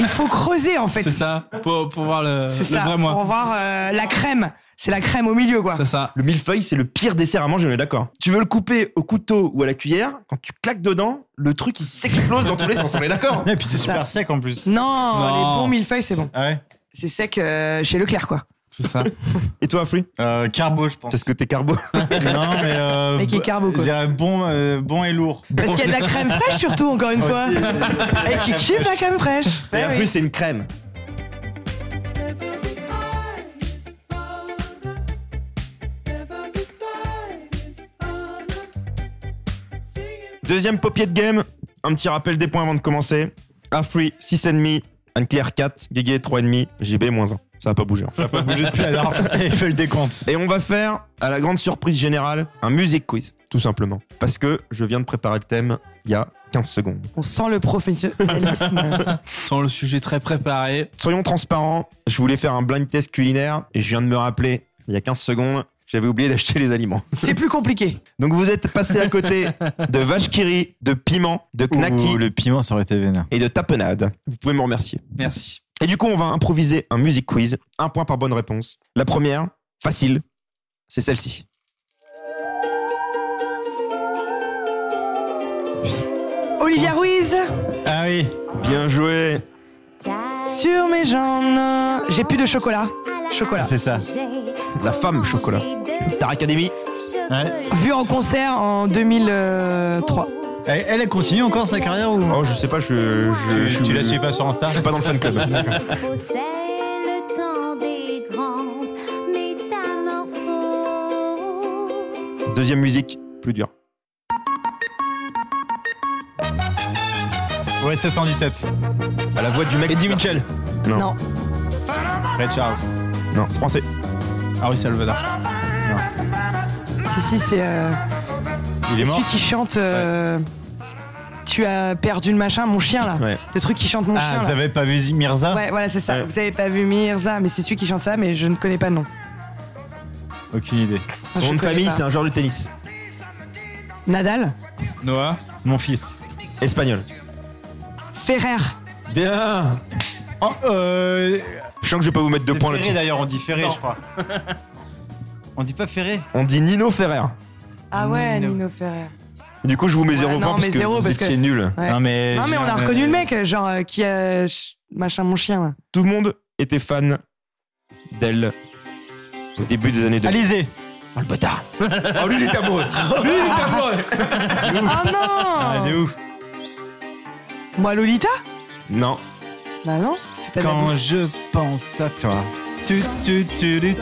Speaker 3: Il faut creuser, en fait.
Speaker 5: C'est ça pour pour voir le,
Speaker 3: C'est
Speaker 5: le
Speaker 3: ça,
Speaker 5: vrai
Speaker 3: pour
Speaker 5: moi.
Speaker 3: voir euh, la crème. C'est la crème au milieu, quoi.
Speaker 5: C'est ça.
Speaker 1: Le millefeuille, c'est le pire dessert à manger, on est d'accord. Tu veux le couper au couteau ou à la cuillère, quand tu claques dedans, le truc il s'explose dans tous les sens, on est d'accord.
Speaker 2: Ouais, Et puis c'est
Speaker 3: Ça.
Speaker 2: super sec en plus.
Speaker 3: Non,
Speaker 5: Non.
Speaker 3: les bons millefeuilles, c'est bon.
Speaker 2: Ah ouais
Speaker 3: C'est sec euh, chez Leclerc, quoi.
Speaker 5: C'est ça.
Speaker 1: Et toi, Free
Speaker 2: euh, Carbo, je pense.
Speaker 1: Parce que t'es carbo.
Speaker 2: non, mais. Euh,
Speaker 3: Mec, il est carbo, quoi.
Speaker 2: je dirais bon, euh, bon et lourd.
Speaker 3: Parce qu'il y a de la crème fraîche surtout, encore une fois. Et qui Eh kiffe la crème fraîche.
Speaker 1: Et
Speaker 3: Ouais,
Speaker 1: en
Speaker 3: oui.
Speaker 1: plus, c'est une crème. Deuxième popier de game. Un petit rappel des points avant de commencer. Afri, 6,5. Anne-Claire, 4. Guégué, 3,5. JB, moins 1. Ça va pas bouger. hein.
Speaker 2: Ça n'a pas bougé depuis la dernière fois que t'avais fait le décompte.
Speaker 1: Et on va faire, à la grande surprise générale, un music quiz, tout simplement. Parce que je viens de préparer le thème il y a 15 secondes.
Speaker 3: On sent le professionnalisme.
Speaker 5: Sans le sujet très préparé.
Speaker 1: Soyons transparents, je voulais faire un blind test culinaire et je viens de me rappeler, il y a 15 secondes, j'avais oublié d'acheter les aliments.
Speaker 3: C'est plus compliqué.
Speaker 1: Donc vous êtes passé à côté de vache kiri, de piment, de knaki
Speaker 2: Ouh, le piment, ça aurait été vénère.
Speaker 1: et de tapenade. Vous pouvez me remercier.
Speaker 5: Merci.
Speaker 1: Et du coup, on va improviser un music quiz, un point par bonne réponse. La première, facile, c'est celle-ci.
Speaker 3: Olivia Ruiz,
Speaker 2: Ah oui.
Speaker 1: Bien joué.
Speaker 3: sur mes jambes. J'ai plus de chocolat. Chocolat.
Speaker 2: C'est ça.
Speaker 1: La femme chocolat. Star Academy.
Speaker 2: Ouais.
Speaker 3: Vu en concert en euh, 2003.
Speaker 2: Elle, elle continue encore sa carrière ou
Speaker 1: Oh, je sais pas, je, je, je,
Speaker 2: Tu la
Speaker 1: je-
Speaker 2: suis pas sur Insta
Speaker 1: je suis pas dans le fan club.
Speaker 11: C'est le temps des grandes métamorphoses.
Speaker 1: Deuxième musique, plus dure.
Speaker 2: Ouais, 717.
Speaker 1: À la voix du mec. Eddie Mitchell. Non.
Speaker 3: Non.
Speaker 2: Ray Charles.
Speaker 1: Non, c'est français.
Speaker 2: Ah oui, Salvador.
Speaker 3: Si, si, c'est euh,
Speaker 2: Il est
Speaker 3: c'est
Speaker 2: mort.
Speaker 3: celui qui chante. euh, Tu as perdu le machin, mon chien là.
Speaker 1: Ouais.
Speaker 3: Le truc qui chante mon
Speaker 2: Ah,
Speaker 3: chien
Speaker 2: vous
Speaker 3: là.
Speaker 2: avez pas vu Mirza
Speaker 3: Ouais, voilà, c'est ça.
Speaker 1: Ouais.
Speaker 3: Vous avez pas vu Mirza, mais c'est celui qui chante ça, mais je ne connais pas le nom.
Speaker 2: Aucune idée.
Speaker 1: Son
Speaker 3: Je
Speaker 1: nom de
Speaker 3: connais
Speaker 1: famille,
Speaker 3: pas.
Speaker 1: c'est un joueur de tennis.
Speaker 3: Nadal
Speaker 5: Noah
Speaker 2: Mon fils.
Speaker 1: Espagnol.
Speaker 3: Ferrer.
Speaker 1: Bien.
Speaker 2: Oh, euh,
Speaker 1: Je sens que je vais pas vous mettre deux
Speaker 2: c'est
Speaker 1: points
Speaker 2: Ferré
Speaker 1: là-dessus.
Speaker 2: d'ailleurs, on dit Ferré, je crois. on dit pas Ferré.
Speaker 1: On dit Nino Ferrer.
Speaker 3: Ah ouais,
Speaker 2: Nino.
Speaker 3: Nino Ferrer.
Speaker 1: Du coup, je vous mets
Speaker 3: Ouais,
Speaker 1: zéro
Speaker 3: non,
Speaker 1: point parce
Speaker 3: mais
Speaker 1: que
Speaker 3: zéro,
Speaker 1: vous
Speaker 3: parce
Speaker 1: étiez
Speaker 3: que-
Speaker 1: nuls.
Speaker 3: Ouais.
Speaker 2: Non mais.
Speaker 3: Non, mais on a reconnu le mec, genre, euh, qui a. ch- Machin, mon chien là.
Speaker 1: Tout le monde était fan d'elle au début des années 2000.
Speaker 2: Alizé.
Speaker 1: Oh le bâtard Oh lui il est amoureux
Speaker 3: Ah
Speaker 2: Ah,
Speaker 3: non
Speaker 2: de ouf.
Speaker 3: Moi, Lolita
Speaker 1: Non,
Speaker 3: Bah non, parce que c'est pas de la
Speaker 2: Quand
Speaker 3: bouffe.
Speaker 2: je pense à toi. Tu, tu, tu, tu.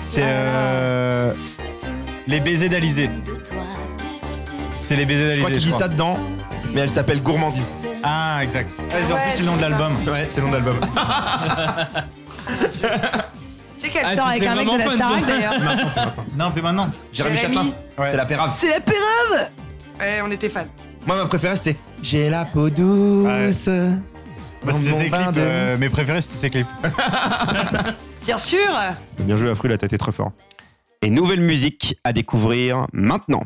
Speaker 2: C'est euh, les baisers d'Alizé. C'est les baisers d'Alizé.
Speaker 1: je crois qu'il dit ça dedans, mais elle s'appelle Gourmandise.
Speaker 2: Ah, exact. Ah, c'est en
Speaker 3: Ouais,
Speaker 2: plus, c'est le nom de
Speaker 3: c'est
Speaker 2: l'album.
Speaker 1: Ouais, c'est le nom de l'album.
Speaker 3: Tu sais qu'elle
Speaker 5: Ah,
Speaker 3: sort
Speaker 5: tu
Speaker 3: avec
Speaker 5: t'es
Speaker 3: un mec de
Speaker 5: vraiment
Speaker 3: la
Speaker 5: fan,
Speaker 3: Starac
Speaker 5: toi.
Speaker 3: d'ailleurs.
Speaker 2: Non, mais maintenant.
Speaker 1: Jérémy
Speaker 3: Jérémy.
Speaker 1: Chapin,
Speaker 2: Ouais.
Speaker 1: c'est la pérave.
Speaker 3: c'est la pérave Ouais, on était fans.
Speaker 1: Moi, ma préférée, c'était J'ai la peau douce.
Speaker 2: Bah,
Speaker 1: dans
Speaker 2: c'était
Speaker 1: mon
Speaker 2: ses
Speaker 1: bain
Speaker 2: clips.
Speaker 1: de
Speaker 2: euh,
Speaker 1: mousse.
Speaker 2: mes préférés, c'était ses clips.
Speaker 3: Bien sûr
Speaker 1: Bien joué, Afru, la tête est très fort. Et nouvelle musique à découvrir maintenant.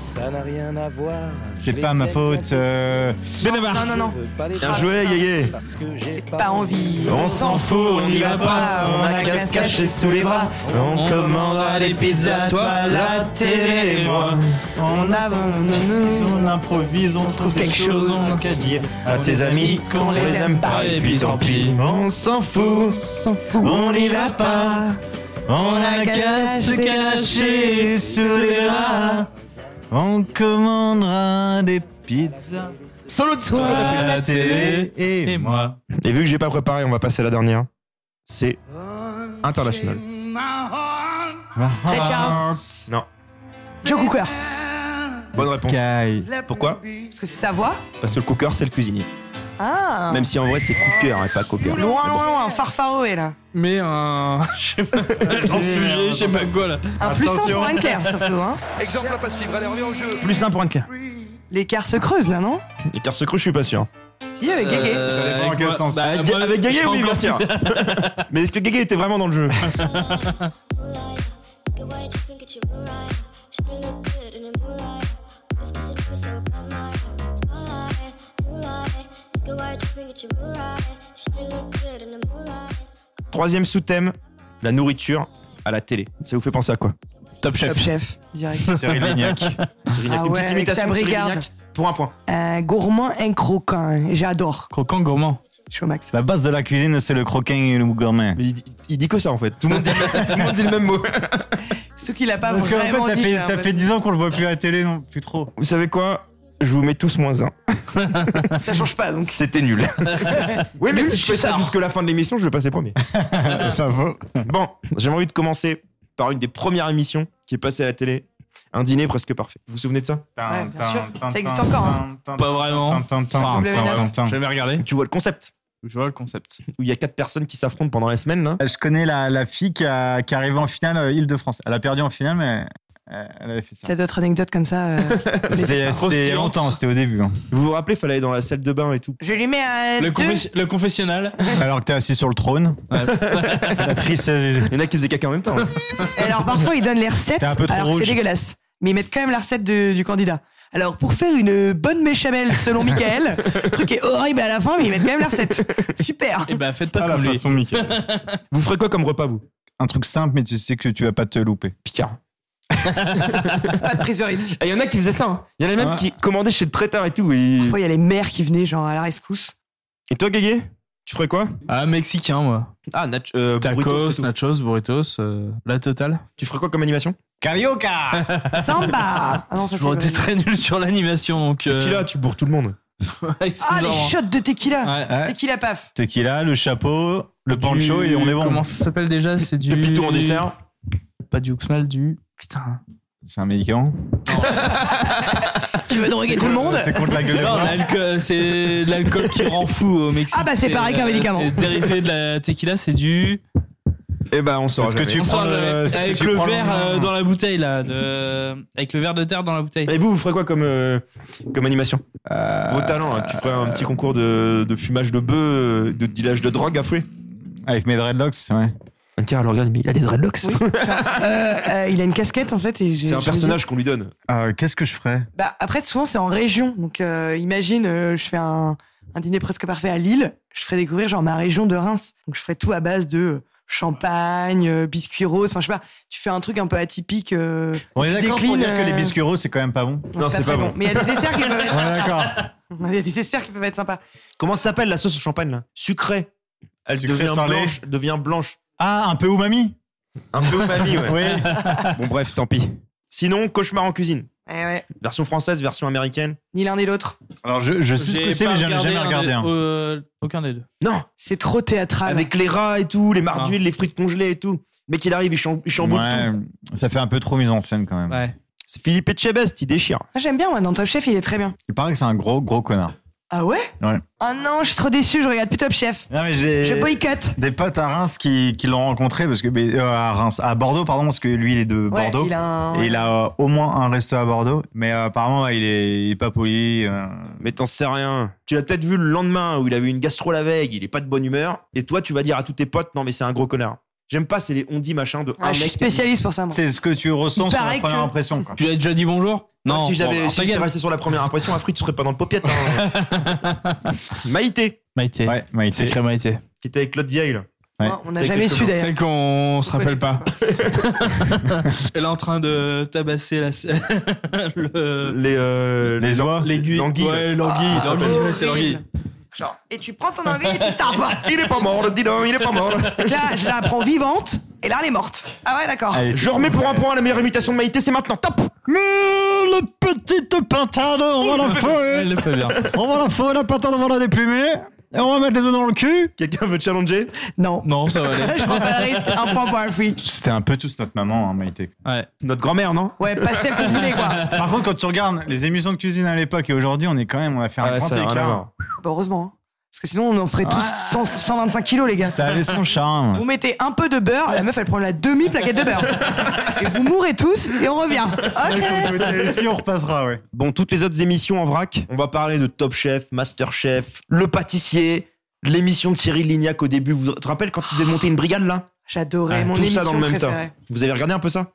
Speaker 10: Ça n'a rien à voir.
Speaker 2: C'est pas ma faute. euh,
Speaker 5: Benabar.
Speaker 3: Non, non, non.
Speaker 1: Bien joué, Yéyé.
Speaker 10: Parce que j'ai
Speaker 3: Pas envie.
Speaker 1: On s'en fout, on n'y va pas. On a qu'à se cacher sous les bras. On commandera des pizzas, toi, la télé et moi.
Speaker 2: On avance, on improvise, on trouve quelque chose, on qu'à dire
Speaker 1: À tes amis, qu'on les aime pas, et puis tant pis. On s'en fout, on n'y va pas.
Speaker 2: On a qu'à se cacher sous les rats. On commandera des pizzas.
Speaker 1: Solo de
Speaker 2: Toi,
Speaker 1: Solo d'Afrique.
Speaker 2: la télé
Speaker 5: et
Speaker 2: et moi.
Speaker 5: moi.
Speaker 1: Et vu que j'ai pas préparé, on va passer à la dernière. C'est international.
Speaker 3: Ray Charles.
Speaker 1: Non.
Speaker 3: Joe Cooker.
Speaker 1: Bonne réponse.
Speaker 2: Sky.
Speaker 1: Pourquoi
Speaker 3: Parce que c'est sa voix.
Speaker 1: Parce que le cooker, c'est le cuisinier.
Speaker 3: Ah
Speaker 1: Même si en vrai, c'est cooker et pas cooker.
Speaker 3: Loin, loin, loin, farfaroué là.
Speaker 5: Mais un. Je sais pas. Un Transfugé, je sais pas quoi là.
Speaker 3: Un plus simple pour Anne-Claire surtout. Hein.
Speaker 4: Exemple à pas suivre, allez, reviens au jeu.
Speaker 1: Plus simple pour Anne-Claire.
Speaker 3: L'écart se creuse là, non
Speaker 1: Écart secret, je suis pas sûr.
Speaker 3: Si, avec Guégué.
Speaker 5: Euh,
Speaker 2: dépend en
Speaker 5: avec
Speaker 2: quel
Speaker 5: moi-
Speaker 2: sens.
Speaker 5: bah,
Speaker 1: Avec,
Speaker 5: moi,
Speaker 1: avec Gagé,
Speaker 5: je
Speaker 1: oui,
Speaker 5: suis
Speaker 1: bien
Speaker 5: encore-
Speaker 1: sûr. Mais est-ce que Gagé était vraiment dans le jeu Troisième sous-thème, la nourriture à la télé. Ça vous fait penser à quoi
Speaker 5: Top
Speaker 3: Top
Speaker 5: chef.
Speaker 3: chef, direct.
Speaker 2: Cyril Lignac.
Speaker 1: Cyril Lignac.
Speaker 3: Ah
Speaker 1: Une
Speaker 3: ouais,
Speaker 1: petite
Speaker 3: avec sa
Speaker 1: imitation de Cyril
Speaker 3: brigade.
Speaker 1: Lignac pour un point.
Speaker 3: Un gourmand, un croquant. et J'adore.
Speaker 5: Croquant gourmand.
Speaker 3: Je suis au max.
Speaker 2: La base de la cuisine, c'est le croquin et le gourmet.
Speaker 1: Mais il, dit- il dit que ça en fait. Tout le monde dit, tout le, monde dit le même mot.
Speaker 3: Surtout qu'il a pas
Speaker 2: Parce qu'en fait,
Speaker 3: vraiment hein,
Speaker 2: ça
Speaker 3: dit,
Speaker 2: fait,
Speaker 3: j'ai
Speaker 2: ça fait
Speaker 3: l'impression.
Speaker 2: 10 ans qu'on le voit plus à la télé, non plus trop.
Speaker 1: Vous savez quoi Je vous mets tous moins un.
Speaker 3: Ça change pas donc.
Speaker 1: C'était nul. oui, mais
Speaker 3: Nul,
Speaker 1: si je
Speaker 3: tu
Speaker 1: fais ça
Speaker 3: sors.
Speaker 1: jusque la fin de l'émission, je vais passer premier.
Speaker 2: Bravo.
Speaker 1: Bon, j'avais envie de commencer par une des premières émissions qui est passée à la télé. Un dîner presque parfait. Vous vous souvenez de ça
Speaker 3: Ouais, bien sûr. Ça existe encore. hein.
Speaker 5: Pas vraiment.
Speaker 1: J'ai
Speaker 5: Jamais regardé.
Speaker 1: Tu vois le concept
Speaker 5: Je vois le concept.
Speaker 1: où il y a quatre personnes qui s'affrontent pendant la semaine là.
Speaker 2: Je connais la, la fille qui, a- qui est arrivée en finale euh, Île-de-France. Elle a perdu en finale, mais euh, elle avait fait ça.
Speaker 3: T'as d'autres anecdotes comme ça euh,
Speaker 2: C'était
Speaker 5: Grosse
Speaker 2: c'était il y a
Speaker 5: silence.
Speaker 2: longtemps, c'était au début. hein.
Speaker 1: Vous vous rappelez, fallait aller dans la salle de bain et tout.
Speaker 3: Je lui mets un.
Speaker 5: Le,
Speaker 3: deux.
Speaker 5: confes- le confessionnal.
Speaker 2: Alors que t'es assis sur le trône.
Speaker 5: Ouais.
Speaker 2: La triste. euh,
Speaker 1: Il y en a qui faisaient caca en même temps. hein.
Speaker 3: Et Alors parfois ils donnent les recettes
Speaker 2: T'es un peu trop
Speaker 3: alors que
Speaker 2: rouge.
Speaker 3: c'est dégueulasse. Mais ils mettent quand même la recette de- du candidat. Alors pour faire une bonne méchamel selon Michael, le truc est horrible à la fin mais ils mettent quand même la recette. Super.
Speaker 5: Et bah faites
Speaker 2: Ah,
Speaker 5: pas
Speaker 2: la
Speaker 5: comme lui.
Speaker 2: façon Mickey.
Speaker 1: vous ferez quoi comme repas vous
Speaker 2: Un truc simple, mais tu sais que tu vas pas te louper.
Speaker 1: Picard.
Speaker 3: Pas de prise de risque.
Speaker 1: Il y en a qui faisaient ça. hein. Il y en a même
Speaker 2: Ah.
Speaker 1: qui commandaient chez le traiteur et tout. Et,
Speaker 3: Parfois il y a les mères qui venaient genre à la rescousse.
Speaker 1: et toi, Guégué Tu ferais quoi
Speaker 5: Ah, mexicain, moi.
Speaker 1: Ah, nach- euh,
Speaker 5: Tacos,
Speaker 1: burritos et tout.
Speaker 5: nachos, burritos, euh, la totale.
Speaker 1: Tu ferais quoi comme animation
Speaker 2: Carioca
Speaker 3: Samba. Ah non ça c'est.
Speaker 5: J'aurais été
Speaker 3: pas-
Speaker 5: très nul sur l'animation, donc. euh,
Speaker 1: Tequila, tu bourres tout le monde.
Speaker 5: ouais, c'est
Speaker 3: Ah les
Speaker 5: genre-
Speaker 3: shots de tequila.
Speaker 5: hein. Ouais.
Speaker 2: Ouais.
Speaker 3: Tequila paf.
Speaker 2: Tequila, le chapeau, le pancho et on est bon.
Speaker 5: Comment ça s'appelle déjà C'est du.
Speaker 1: Pépito en dessert.
Speaker 5: Pas du Oxmal, du. Putain.
Speaker 2: C'est un médicament
Speaker 3: Tu veux droguer tout le monde
Speaker 2: C'est contre la gueule de
Speaker 5: Non,
Speaker 2: bois.
Speaker 5: l'alcool- c'est de l'alcool qui rend fou au Mexique.
Speaker 3: Ah bah, c'est pareil qu'un
Speaker 5: euh,
Speaker 3: médicament.
Speaker 5: C'est dérivé de la tequila, c'est du.
Speaker 1: Et bah, on sort.
Speaker 2: ce que tu-
Speaker 5: On
Speaker 2: prends
Speaker 5: sort
Speaker 2: le-
Speaker 5: jamais.
Speaker 2: c'est-
Speaker 5: Avec
Speaker 2: tu
Speaker 5: le
Speaker 2: prends le-
Speaker 5: verre euh, dans la bouteille, là. de- Avec le verre de terre dans la bouteille.
Speaker 1: Et vous, vous ferez quoi comme, euh, comme animation Vos talents, hein. tu ferais un petit concours de, de fumage de bœuf, euh, de dealage de drogue à fouet
Speaker 2: Avec mes dreadlocks, ouais.
Speaker 1: Tiens, alors regarde, mais il a des dreadlocks.
Speaker 3: Oui. Euh, euh, il a une casquette en fait et j'ai-
Speaker 1: C'est un
Speaker 3: je me dis-
Speaker 1: personnage qu'on lui donne.
Speaker 2: Euh, Qu'est-ce que je ferais
Speaker 3: Bah, après, souvent, c'est en région. Donc, euh, imagine, euh, je fais un, un dîner presque parfait à Lille. Je ferai découvrir, genre, ma région de Reims. Donc, je ferai tout à base de euh, champagne, euh, biscuits roses. Enfin, je sais pas, tu fais un truc un peu atypique. euh,
Speaker 2: On est
Speaker 3: tu
Speaker 2: d'accord pour
Speaker 3: déclines,
Speaker 2: dire que
Speaker 3: euh,
Speaker 2: les biscuits roses, c'est quand même pas bon.
Speaker 1: Non, c'est pas
Speaker 3: très
Speaker 1: bon.
Speaker 3: Mais il y a des desserts qui peuvent être
Speaker 2: On est
Speaker 3: sympas.
Speaker 2: d'accord.
Speaker 3: Il y a des desserts qui peuvent être sympas.
Speaker 1: Comment ça s'appelle la sauce au champagne là Sucrée. Elle
Speaker 2: Sucrée
Speaker 1: devient
Speaker 2: salée.
Speaker 1: blanche, devient blanche.
Speaker 2: Ah, un peu umami
Speaker 1: Un peu umami, ouais.
Speaker 2: Oui.
Speaker 1: Bon bref, tant pis. Sinon, cauchemar en cuisine.
Speaker 3: Eh ouais,
Speaker 1: Version française, version américaine.
Speaker 3: ni l'un ni l'autre.
Speaker 2: Alors, je, je sais ce
Speaker 5: J'ai
Speaker 2: que c'est,
Speaker 5: pas
Speaker 2: mais j'ai jamais
Speaker 5: un
Speaker 2: regardé
Speaker 5: des-
Speaker 2: un.
Speaker 5: euh, aucun des deux.
Speaker 1: Non,
Speaker 3: C'est trop théâtral.
Speaker 1: avec les rats et tout, les
Speaker 5: Ah.
Speaker 1: marques d'huile, les frites congelées et tout. Mais qu'il arrive, il, cham- il chamboule tout.
Speaker 2: Ouais, ça fait un peu trop mise en scène quand même.
Speaker 5: Ouais.
Speaker 1: C'est Philippe Etchebest, il déchire.
Speaker 3: Ah, J'aime bien, moi, dans Top Chef, il est très bien.
Speaker 2: Il paraît que c'est un gros, gros connard.
Speaker 3: Ah ouais
Speaker 2: Ouais.
Speaker 3: Ah non, je suis trop déçu, je regarde plus Top Chef.
Speaker 2: Non, mais j'ai.
Speaker 3: Je boycotte.
Speaker 2: des potes à Reims qui, qui l'ont rencontré parce que mais, euh, à Reims à Bordeaux pardon parce que lui il est de
Speaker 3: Ouais,
Speaker 2: Bordeaux
Speaker 3: il a un-
Speaker 2: et il a euh, au moins un resto à Bordeaux mais euh, apparemment ouais, il, est, il est pas poli euh.
Speaker 1: Mais t'en sais rien. Tu l'as peut-être vu le lendemain où il avait une gastro la veille, il est pas de bonne humeur. Et toi, tu vas dire à tous tes potes, non mais c'est un gros connard. J'aime pas, c'est les on dit machin de
Speaker 3: Ah,
Speaker 1: un
Speaker 3: je suis
Speaker 1: mec.
Speaker 3: spécialiste pour ça, moi.
Speaker 2: c'est ce que tu ressens
Speaker 3: Il
Speaker 2: sur la
Speaker 3: paraît
Speaker 2: première
Speaker 3: que-
Speaker 2: impression quoi.
Speaker 5: Tu l'as déjà dit bonjour
Speaker 1: Ah, si j'avais
Speaker 5: bon,
Speaker 1: si
Speaker 5: ta
Speaker 1: j'étais
Speaker 5: gueule.
Speaker 1: resté sur la première impression, Afrique, tu serais pas dans le popiette. hein. Maïté,
Speaker 5: Maïté.
Speaker 2: ouais Maïté
Speaker 5: Sacré Maïté.
Speaker 1: qui était avec Claude Vieille. là.
Speaker 2: Ouais.
Speaker 3: Hein, On n'a
Speaker 1: C'est
Speaker 3: jamais su,
Speaker 1: exactement-
Speaker 3: d'ailleurs.
Speaker 5: Celle qu'on se rappelle pas. Elle est en train de tabasser la... le...
Speaker 1: Les, euh,
Speaker 2: les oies
Speaker 1: l'aiguille. L'anguille.
Speaker 5: Ouais, l'anguille.
Speaker 1: Ah,
Speaker 5: l'anguille,
Speaker 3: horrible.
Speaker 5: c'est l'anguille.
Speaker 3: Genre, et tu prends ton anglais et tu tapes.
Speaker 1: Il est pas mort, dis donc, il est pas mort.
Speaker 3: Donc là, je la prends vivante et là, elle est morte. Ah ouais, d'accord.
Speaker 2: Elle est-
Speaker 1: Je remets pour un point la meilleure imitation de Maïté, c'est maintenant, top
Speaker 2: le petite pintade on va la fouer
Speaker 5: Elle le fait bien.
Speaker 2: on va la fouer la pintade on va la déplumer et on va mettre les œufs dans le cul
Speaker 1: Quelqu'un veut challenger
Speaker 3: Non.
Speaker 5: Non, ça va aller.
Speaker 3: je prends pas le risque. Un point pour Alfred.
Speaker 2: c'était un peu tous notre maman hein, Maïté
Speaker 5: Ouais.
Speaker 1: Notre grand-mère, non
Speaker 3: Ouais, pas celle que vous voulez, quoi.
Speaker 2: par contre quand tu regardes les émissions de cuisine à l'époque et aujourd'hui on est quand même on a fait un
Speaker 1: Ah Ouais,
Speaker 2: grand
Speaker 1: ça a rien à
Speaker 2: écart
Speaker 1: voir.
Speaker 3: Bah, heureusement. hein. Parce que sinon, on en ferait tous 100 125 kilos, les gars.
Speaker 2: Ah. ça avait son charme
Speaker 3: Vous mettez un peu de beurre, la meuf, elle prend la demi-plaquette de beurre. Et vous mourrez tous et on revient. Ok.
Speaker 2: si on repassera ouais
Speaker 1: Bon, toutes les autres émissions en vrac, on va parler de Top Chef, Master Chef, Le Pâtissier, l'émission de Cyril Lignac au début. Vous te rappelles quand il devait monter une brigade là
Speaker 3: J'adorais
Speaker 1: Ouais,
Speaker 3: mon
Speaker 1: Tout
Speaker 3: émission
Speaker 1: ça dans le même
Speaker 3: préférée.
Speaker 1: temps. Vous avez regardé un peu ça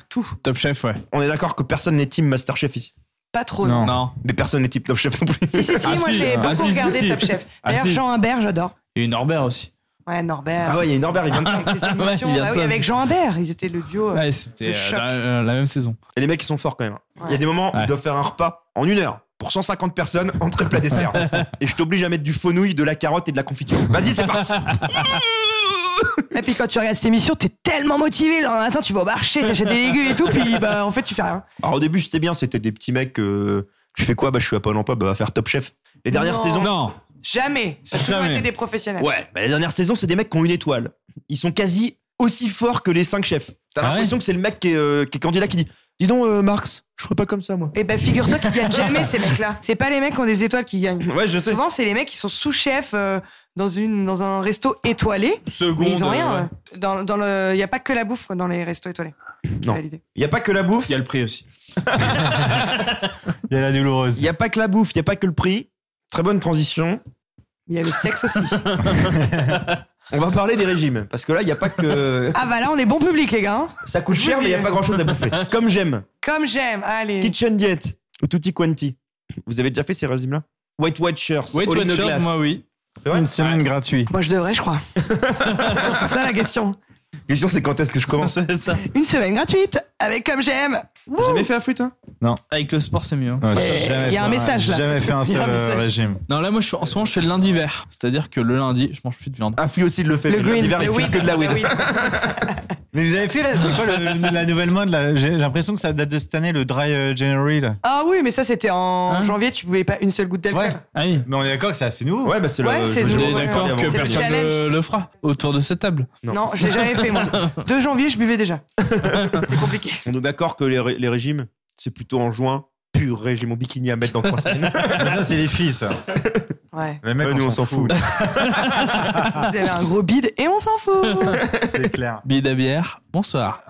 Speaker 5: Top chef, ouais.
Speaker 1: On est d'accord que personne n'est team Master Chef ici.
Speaker 3: Pas trop, non.
Speaker 5: Non.
Speaker 1: Mais personne n'est team Top Chef non plus.
Speaker 3: Si, si, si,
Speaker 5: Ah,
Speaker 3: moi,
Speaker 5: si,
Speaker 3: j'ai
Speaker 5: ah,
Speaker 3: beaucoup
Speaker 5: si, si,
Speaker 3: regardé
Speaker 5: si.
Speaker 3: Top Chef.
Speaker 5: Ah,
Speaker 3: D'ailleurs,
Speaker 5: si.
Speaker 3: Jean Humbert, j'adore.
Speaker 5: Et Norbert aussi.
Speaker 3: Ouais, Norbert. euh,
Speaker 1: Ah ouais, il y a Norbert, il vient de
Speaker 3: Avec les
Speaker 5: Ouais,
Speaker 3: émissions,
Speaker 5: il vient
Speaker 3: bah
Speaker 5: de
Speaker 3: oui,
Speaker 5: ça,
Speaker 3: avec
Speaker 5: c'est-
Speaker 3: Jean Humbert, ils étaient le duo. euh,
Speaker 5: Ouais, c'était
Speaker 3: Le
Speaker 5: euh,
Speaker 3: choc.
Speaker 5: la, euh, la même saison.
Speaker 1: Et les mecs, ils sont forts quand même. Il y
Speaker 3: Ouais.
Speaker 1: a des moments où
Speaker 5: Ouais.
Speaker 1: ils doivent faire un repas en une heure pour 150 personnes, entrée plat dessert. et je t'oblige à mettre du faux nouilles, de la carotte et de la confiture. Vas-y, c'est parti.
Speaker 3: Et puis quand tu regardes cette émission, t'es tellement motivé. Le matin, tu vas au marché, t'achètes des légumes et tout, puis bah en fait, tu fais rien.
Speaker 1: Alors au début, c'était bien, c'était des petits mecs. euh, tu fais quoi Bah, je suis à Pôle emploi, bah, va faire top chef. Les dernières
Speaker 3: Non.
Speaker 1: saisons.
Speaker 5: Non.
Speaker 3: Jamais. Ça a toujours
Speaker 5: Jamais.
Speaker 3: été des professionnels.
Speaker 1: Ouais, bah, les dernières saisons, c'est des mecs qui ont une étoile. Ils sont quasi aussi forts que les cinq chefs. T'as l'impression que c'est le mec qui est, euh, qui est candidat qui dit Dis donc, euh, Marx, je ferais pas comme ça, moi.
Speaker 3: Et bah figure-toi qu'ils gagnent jamais ces mecs-là. C'est pas les mecs qui ont des étoiles qui gagnent.
Speaker 1: Ouais, je sais.
Speaker 3: Souvent c'est les mecs qui sont sous-chefs euh, dans une dans un resto étoilé.
Speaker 1: Seconde,
Speaker 3: Mais ils ont rien.
Speaker 1: euh, ouais.
Speaker 3: euh. Dans dans le il y a pas que la bouffe dans les restos étoilés.
Speaker 1: Non. Il n'y a pas que la bouffe. Il y a le prix aussi.
Speaker 2: Il y a la douloureuse.
Speaker 1: Il n'y a pas que la bouffe, il n'y a pas que le prix. Très bonne transition.
Speaker 3: Il y a le sexe aussi.
Speaker 1: On va parler des régimes, parce que là, il n'y a pas que.
Speaker 3: Ah bah là on est bon public les gars. hein.
Speaker 1: Ça coûte
Speaker 3: Je vous
Speaker 1: cher,
Speaker 3: le
Speaker 1: mais il n'y a
Speaker 3: dis.
Speaker 1: pas grand chose à bouffer. Comme j'aime.
Speaker 3: Comme j'aime. Allez.
Speaker 1: Kitchen Diet ou Tutti Quanti. Vous avez déjà fait ces régimes-là White Watchers.
Speaker 5: Weight
Speaker 1: all in a
Speaker 5: Watchers,
Speaker 1: glass.
Speaker 5: moi, oui.
Speaker 1: C'est vrai
Speaker 2: Une semaine gratuite.
Speaker 3: Moi je devrais je crois. c'est surtout ça la question.
Speaker 1: La question, c'est quand est-ce que je commence
Speaker 5: C'est ça.
Speaker 3: Une semaine gratuite avec comme j'aime. Wouh
Speaker 1: Jamais fait un flûte, hein
Speaker 2: Non.
Speaker 5: Avec le sport, c'est mieux. hein.
Speaker 3: Eh, Il y a un message là.
Speaker 2: Jamais fait un
Speaker 3: Il y a un
Speaker 2: seul euh,
Speaker 3: message.
Speaker 2: régime.
Speaker 5: Non, là, moi, je, fais- en ce moment, je fais le lundi vert. C'est-à-dire que le lundi, je mange plus de viande.
Speaker 1: Un flux aussi de le fait.
Speaker 3: Le
Speaker 1: mais
Speaker 3: green,
Speaker 1: l'hiver,
Speaker 3: le
Speaker 1: il fait
Speaker 3: weed,
Speaker 1: que de la
Speaker 3: le
Speaker 1: weed.
Speaker 3: weed.
Speaker 2: Mais vous avez fait là, c'est quoi le- la nouvelle mode là J'ai j'ai l'impression que ça date de cette année, le dry euh, January là.
Speaker 3: Ah oui, mais ça c'était en
Speaker 5: Hein
Speaker 3: janvier, tu pouvais pas une seule goutte d'alcool.
Speaker 5: Ah oui.
Speaker 2: Mais on est d'accord que c'est assez nouveau.
Speaker 1: Ouais, bah c'est
Speaker 3: Ouais,
Speaker 1: le.
Speaker 3: c'est
Speaker 1: je-
Speaker 5: On
Speaker 3: le-
Speaker 1: je-
Speaker 5: est
Speaker 3: Ouais,
Speaker 5: d'accord
Speaker 3: ouais,
Speaker 5: que
Speaker 3: ouais. C'est
Speaker 5: personne
Speaker 3: le challenge.
Speaker 5: le, le fera autour de cette table.
Speaker 1: Non.
Speaker 3: Non, je l'ai jamais fait moi. 2 janvier, je buvais déjà. C'est compliqué.
Speaker 1: On est d'accord que les, ré- les régimes, c'est plutôt en juin. Pur régime en bikini à mettre dans trois semaines.
Speaker 2: Ça, c'est les filles ça.
Speaker 3: Ouais.
Speaker 2: Les mecs,
Speaker 1: Ouais, nous, on s'en fout.
Speaker 3: Vous avez un gros bide et on s'en fout. Ouais,
Speaker 2: C'est clair.
Speaker 5: Billet à bière, bonsoir.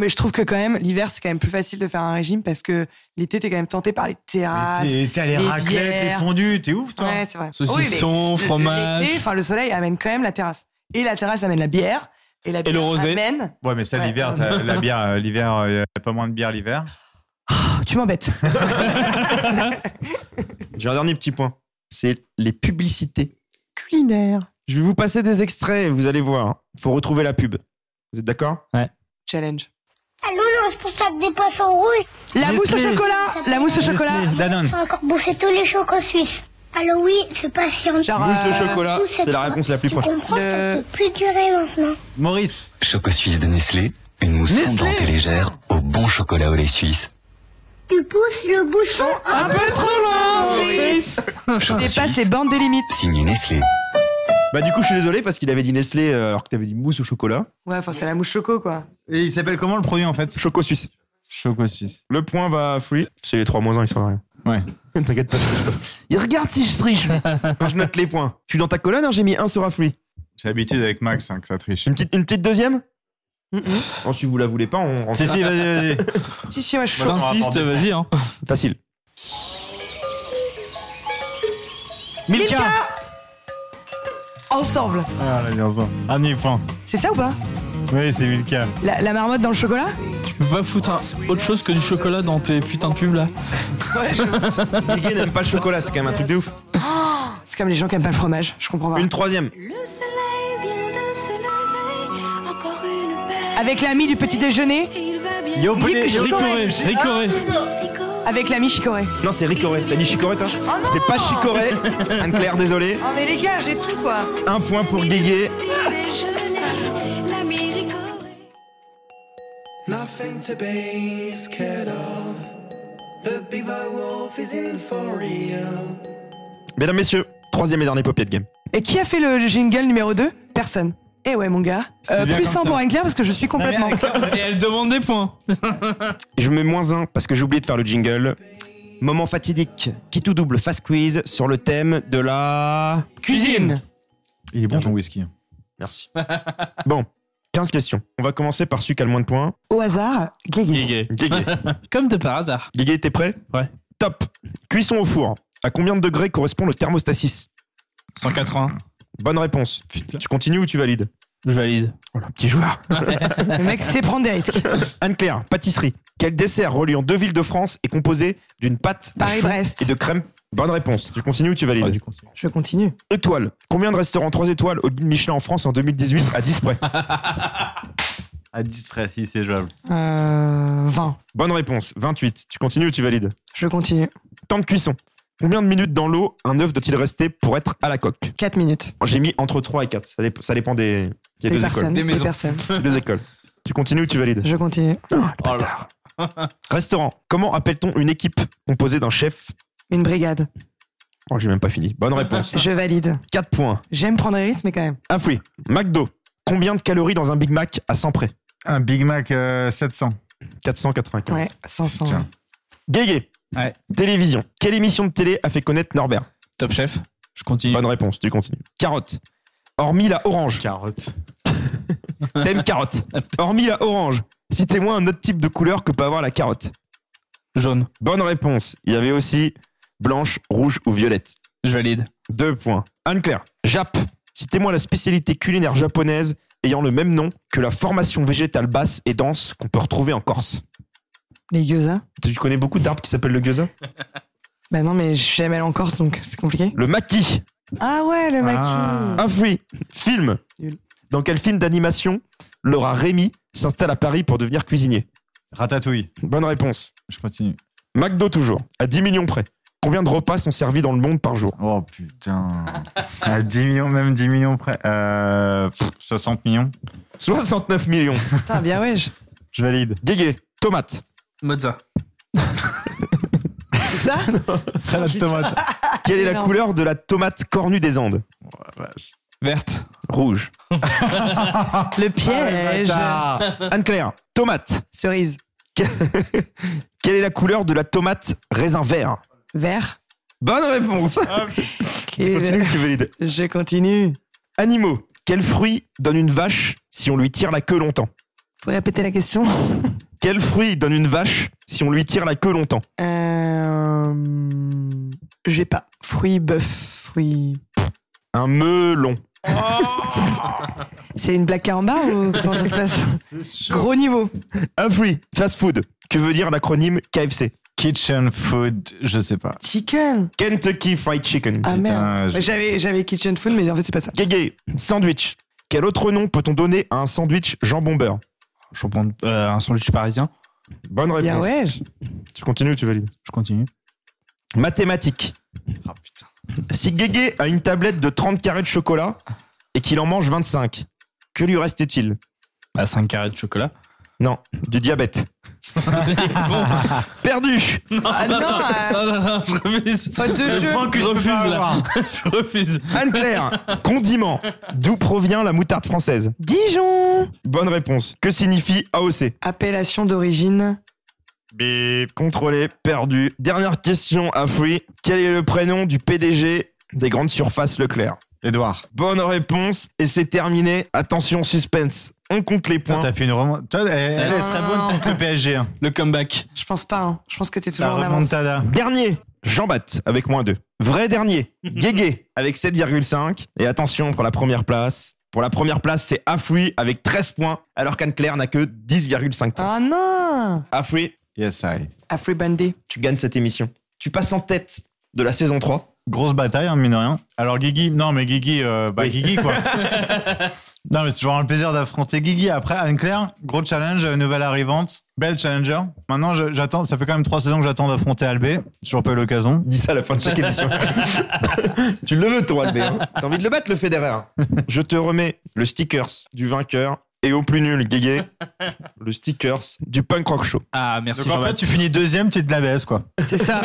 Speaker 3: mais je trouve que quand même l'hiver c'est quand même plus facile de faire un régime parce que l'été t'es quand même tenté par les terrasses.
Speaker 2: Mais t'es- T'as les
Speaker 3: Ah, les
Speaker 2: raclettes, les
Speaker 3: bières.
Speaker 2: fondus, t'es ouf toi.
Speaker 3: Ouais, c'est vrai.
Speaker 5: Saucisson,
Speaker 3: Oui, mais
Speaker 5: fromage.
Speaker 3: L'été, enfin le soleil amène quand même la terrasse et la terrasse amène la bière et la bière
Speaker 5: le rosé.
Speaker 3: amène.
Speaker 2: Ouais, mais ça,
Speaker 3: Ouais.
Speaker 2: l'hiver, t'as- la bière, euh, l'hiver, euh, y a pas moins de bière l'hiver.
Speaker 3: Oh, tu m'embêtes.
Speaker 1: J'ai un dernier petit point. C'est les publicités.
Speaker 3: Culinaire.
Speaker 1: Je vais vous passer des extraits, vous allez voir. hein. Faut retrouver la pub. Vous êtes d'accord
Speaker 3: Challenge.
Speaker 11: Allô, le responsable des poissons rouges
Speaker 3: La mousse au
Speaker 2: Nestlé.
Speaker 3: chocolat. La mousse au chocolat.
Speaker 2: Nestlé, Danone.
Speaker 11: J'ai encore bouffé tous les chocos suisses. Allô, oui, c'est patient.
Speaker 3: Genre,
Speaker 1: Mousse au
Speaker 3: euh,
Speaker 1: chocolat,
Speaker 11: Tout cette
Speaker 1: c'est la
Speaker 11: fois,
Speaker 1: réponse la plus
Speaker 11: tu
Speaker 1: proche.
Speaker 11: comprends,
Speaker 3: Le-
Speaker 11: ça peut plus durer maintenant.
Speaker 2: Maurice.
Speaker 7: Choco Suisse de Nestlé, une mousse
Speaker 2: Nestlé
Speaker 7: fondante et légère au bon chocolat au lait suisse.
Speaker 11: Tu pousses le bouchon
Speaker 3: Un peu trop loin, Maurice.
Speaker 7: Choco
Speaker 3: Dépasse les bandes des limites.
Speaker 7: signé Nestlé.
Speaker 1: Bah du coup, je suis désolé parce qu'il avait dit Nestlé euh, alors que t'avais dit mousse au chocolat.
Speaker 3: Ouais, enfin c'est la mousse choco quoi.
Speaker 2: Et il s'appelle comment le produit en fait
Speaker 1: Choco suisse.
Speaker 2: Choco 6.
Speaker 1: Le point va à Free. C'est les 3 moins 1, il sert à rien.
Speaker 2: Ouais.
Speaker 1: T'inquiète pas. Il regarde si je triche. Quand je note les points. Je suis dans ta colonne, hein, j'ai mis 1 sur Free.
Speaker 2: J'ai l'habitude avec Max hein, que ça triche.
Speaker 1: Une petite, une petite deuxième
Speaker 3: Mhm.
Speaker 1: Oh, si vous la voulez pas, on rentre.
Speaker 2: Si, si, vas-y, vas-y.
Speaker 3: Si, si, moi je suis
Speaker 2: Moi,
Speaker 3: chaud.
Speaker 5: T'insistes, vas-y. Hein.
Speaker 1: Facile.
Speaker 2: Milka
Speaker 3: Ensemble.
Speaker 2: Ah, là, bien sûr. Un demi-point.
Speaker 3: C'est ça ou pas
Speaker 2: Oui, c'est Milka.
Speaker 3: la, la marmotte dans le chocolat
Speaker 5: Tu peux pas foutre un- autre chose que du chocolat dans tes putains de pubs là.
Speaker 1: Quelqu'un n'aime pas le chocolat, c'est quand même un truc de ouf.
Speaker 3: C'est comme les gens qui aiment pas le fromage, je comprends pas.
Speaker 1: Une troisième.
Speaker 11: Le soleil vient de se lever. Encore une belle.
Speaker 3: Avec l'ami du petit déjeuner,
Speaker 11: Et il va bien.
Speaker 2: Yo,
Speaker 3: Yip,
Speaker 2: yo,
Speaker 5: Ricoré, ricoré.
Speaker 3: avec l'ami chicoré.
Speaker 1: Non, c'est Ricoré. T'as dit Chicoré, toi C'est pas Chicoré. Anne-Claire, désolé.
Speaker 3: Oh mais les gars, j'ai tout quoi.
Speaker 1: Un point pour Guégué.
Speaker 10: Nothing to be scared of. The big bad wolf is in for real.
Speaker 1: Mesdames, messieurs, troisième et dernier popier de game.
Speaker 3: Et qui a fait le le jingle numéro 2 Personne. Eh ouais mon gars. Euh,
Speaker 2: bien
Speaker 3: plus
Speaker 2: comme
Speaker 3: 100
Speaker 2: ça.
Speaker 3: pour Anne-Claire parce que je suis complètement.
Speaker 5: Et elle demande des points.
Speaker 1: Je mets moins 1 parce que j'ai oublié de faire le jingle. Moment fatidique, qui tout double fast quiz sur le thème de la
Speaker 3: Cuisine.
Speaker 2: Il est bon ton whisky.
Speaker 1: Merci. bon, 15 questions. On va commencer par celui qui a le moins de points.
Speaker 3: Au hasard, Guégué.
Speaker 5: Gégé.
Speaker 1: Guégué,
Speaker 5: Comme de par hasard.
Speaker 1: Guégué, t'es prêt
Speaker 5: Ouais.
Speaker 1: Top. Cuisson au four. À combien de degrés correspond le thermostat 6
Speaker 5: 180.
Speaker 1: Bonne réponse. Tu continues ou tu valides
Speaker 5: Je valide.
Speaker 1: Oh là, petit joueur.
Speaker 3: Le mec sait prendre des risques.
Speaker 1: Anne-Claire, pâtisserie. Quel dessert reliant deux villes de France est composé d'une pâte de choux et
Speaker 3: Paris-Brest.
Speaker 1: de crème Bonne réponse. Tu continues ou tu
Speaker 5: Oh,
Speaker 1: valides
Speaker 3: Je continue.
Speaker 1: Étoile. Combien de restaurants 3 étoiles au guide Michelin en France en 2018 à 10 près
Speaker 2: À 10 près, si, c'est jouable.
Speaker 3: Euh, 20.
Speaker 1: Bonne réponse. 28. Tu continues ou tu valides
Speaker 3: Je continue.
Speaker 1: Temps de cuisson. Combien de minutes dans l'eau un œuf doit-il rester pour être à la coque
Speaker 3: 4 minutes.
Speaker 1: J'ai mis entre 3 et 4. Ça, dép- ça dépend des. Il y a
Speaker 3: Des
Speaker 1: deux
Speaker 3: personnes.
Speaker 1: écoles.
Speaker 5: Des
Speaker 3: Des
Speaker 5: maisons.
Speaker 3: personnes.
Speaker 1: Deux écoles. Tu continues ou tu valides
Speaker 3: Je continue.
Speaker 5: Oh là.
Speaker 1: Restaurant. Comment appelle-t-on une équipe composée d'un chef
Speaker 3: Une brigade.
Speaker 1: Oh, j'ai même pas fini. Bonne réponse.
Speaker 3: Je valide.
Speaker 1: 4 points.
Speaker 3: J'aime prendre des risques mais quand même.
Speaker 1: Un fruit. McDo. Combien de calories dans un Big Mac à 100 près
Speaker 2: Un Big Mac euh, 700.
Speaker 1: 495.
Speaker 3: Ouais, 500.
Speaker 1: Tiens. Guégué. Télévision. Quelle émission de télé a fait connaître Norbert
Speaker 5: Top Chef. Je continue.
Speaker 1: Bonne réponse, tu continues. Carotte. Hormis la orange.
Speaker 2: Carotte.
Speaker 1: T'aimes carotte. Hormis la orange, citez-moi un autre type de couleur que peut avoir la carotte.
Speaker 5: Jaune.
Speaker 1: Bonne réponse. Il y avait aussi blanche, rouge ou violette.
Speaker 5: Je valide.
Speaker 1: Deux points. Anne-Claire. Jap. Citez-moi la spécialité culinaire japonaise ayant le même nom que la formation végétale basse et dense qu'on peut retrouver en Corse.
Speaker 3: Les gyoza
Speaker 1: Tu connais beaucoup d'arbres qui s'appellent le gyoza
Speaker 3: Bah non, mais je suis jamais allée en Corse, donc c'est compliqué.
Speaker 1: Le maki.
Speaker 3: Ah ouais, le maki
Speaker 1: Un fruit. Film. Dans quel film d'animation Laura Rémy s'installe à Paris pour devenir cuisinier
Speaker 2: Ratatouille.
Speaker 1: Bonne réponse.
Speaker 2: Je continue.
Speaker 1: McDo toujours, à 10 millions près. Combien de repas sont servis dans le monde par jour
Speaker 2: Oh putain. À 10 millions, même 10 millions près. Euh, pff, 60 millions.
Speaker 1: 69 millions.
Speaker 3: Putain, bien ouais. je-
Speaker 2: Je valide.
Speaker 1: Guégué, tomate.
Speaker 5: Mozza.
Speaker 3: C'est ça Ah,
Speaker 2: Salade tomate.
Speaker 1: Quelle est la
Speaker 3: Énorme.
Speaker 1: couleur de la tomate cornue des Andes
Speaker 5: Verte.
Speaker 1: Rouge. Ah
Speaker 3: Le piège
Speaker 1: Anne-Claire, tomate.
Speaker 3: Cerise.
Speaker 1: Quelle est la couleur de la tomate raisin vert
Speaker 3: Vert.
Speaker 1: Bonne réponse.
Speaker 3: Ah. Et
Speaker 1: Tu continues, tu valides.
Speaker 3: le- Je continue.
Speaker 1: Animaux, quel fruit donne une vache si on lui tire la queue longtemps
Speaker 3: Pour répéter la question.
Speaker 1: Quel fruit donne une vache si on lui tire la queue longtemps
Speaker 3: Euh... J'ai pas. Fruits, bœuf, fruits.
Speaker 1: Un melon.
Speaker 3: C'est une blague caramba ou comment ça se passe Gros niveau.
Speaker 1: Un fruit, fast food. Que veut dire l'acronyme KFC
Speaker 2: Kitchen food, je sais pas.
Speaker 3: Chicken.
Speaker 1: Kentucky Fried Chicken.
Speaker 3: Ah merde.
Speaker 2: je-
Speaker 3: J'avais j'avais kitchen food, mais en fait c'est pas ça.
Speaker 1: Guégué, sandwich. Quel autre nom peut-on donner à un sandwich jambon beurre
Speaker 5: Je reprends euh, un sandwich parisien.
Speaker 1: Bonne réponse.
Speaker 3: Bien ouais.
Speaker 1: Tu continues ou tu valides
Speaker 5: Je continue.
Speaker 1: Mathématiques. Si Guégué a une tablette de 30 carrés de chocolat et qu'il en mange 25, que lui reste-t-il
Speaker 5: À 5 carrés de chocolat.
Speaker 1: Non, du diabète.
Speaker 5: Bon.
Speaker 1: Perdu
Speaker 3: Ah non, euh,
Speaker 5: non, non, non, je refuse.
Speaker 3: faute de jeu.
Speaker 5: que je refuse là. Je refuse.
Speaker 1: Anne-Claire, condiment. D'où provient la moutarde française
Speaker 3: Dijon.
Speaker 1: Bonne réponse. Que signifie AOC
Speaker 3: Appellation d'origine.
Speaker 1: Contrôlé, perdu. Dernière question à Free. Quel est le prénom du PDG des grandes surfaces Leclerc
Speaker 2: Edouard.
Speaker 1: Bonne réponse et c'est terminé. Attention, suspense. On compte les
Speaker 2: Putain,
Speaker 1: points.
Speaker 2: T'as fait une remontada. Toi, Elle, elle, elle serait bonne contre le PSG. Hein.
Speaker 5: Le comeback.
Speaker 3: Je pense pas. hein. Je pense que t'es
Speaker 2: La
Speaker 3: toujours en avance.
Speaker 2: remontada.
Speaker 1: Dernier, jean bapt avec moins 2. Vrai dernier, Guégué avec 7,5. Et attention pour la première place. Pour la première place, c'est Afri avec 13 points, alors qu'Anne-Claire n'a que 10,5 points.
Speaker 3: Ah non.
Speaker 1: Afri,
Speaker 2: Yes, I.
Speaker 3: Afri Bundy.
Speaker 1: tu gagnes cette émission. Tu passes en tête de la saison 3.
Speaker 2: Grosse bataille, hein, mine de rien. Alors, Guigui, non, mais Guigui, euh, bah,
Speaker 1: Oui.
Speaker 2: Guigui, quoi. non, mais c'est toujours un plaisir d'affronter Guigui. Après, Anne-Claire, gros challenge, euh, nouvelle arrivante, belle challenger. Maintenant, je- j'attends, ça fait quand même trois saisons que j'attends d'affronter Albé. Toujours pas eu l'occasion.
Speaker 1: Dis ça à la fin de chaque émission. tu le veux, toi, Albert. hein T'as envie de le battre, le Federer. Je te remets le stickers du vainqueur et au plus nul, Guégué, le stickers du Punk Rock Show.
Speaker 5: Ah, merci
Speaker 2: Donc, en fait,
Speaker 5: Jean-Baptiste.
Speaker 2: tu finis deuxième, tu te la baisses, quoi.
Speaker 3: C'est ça.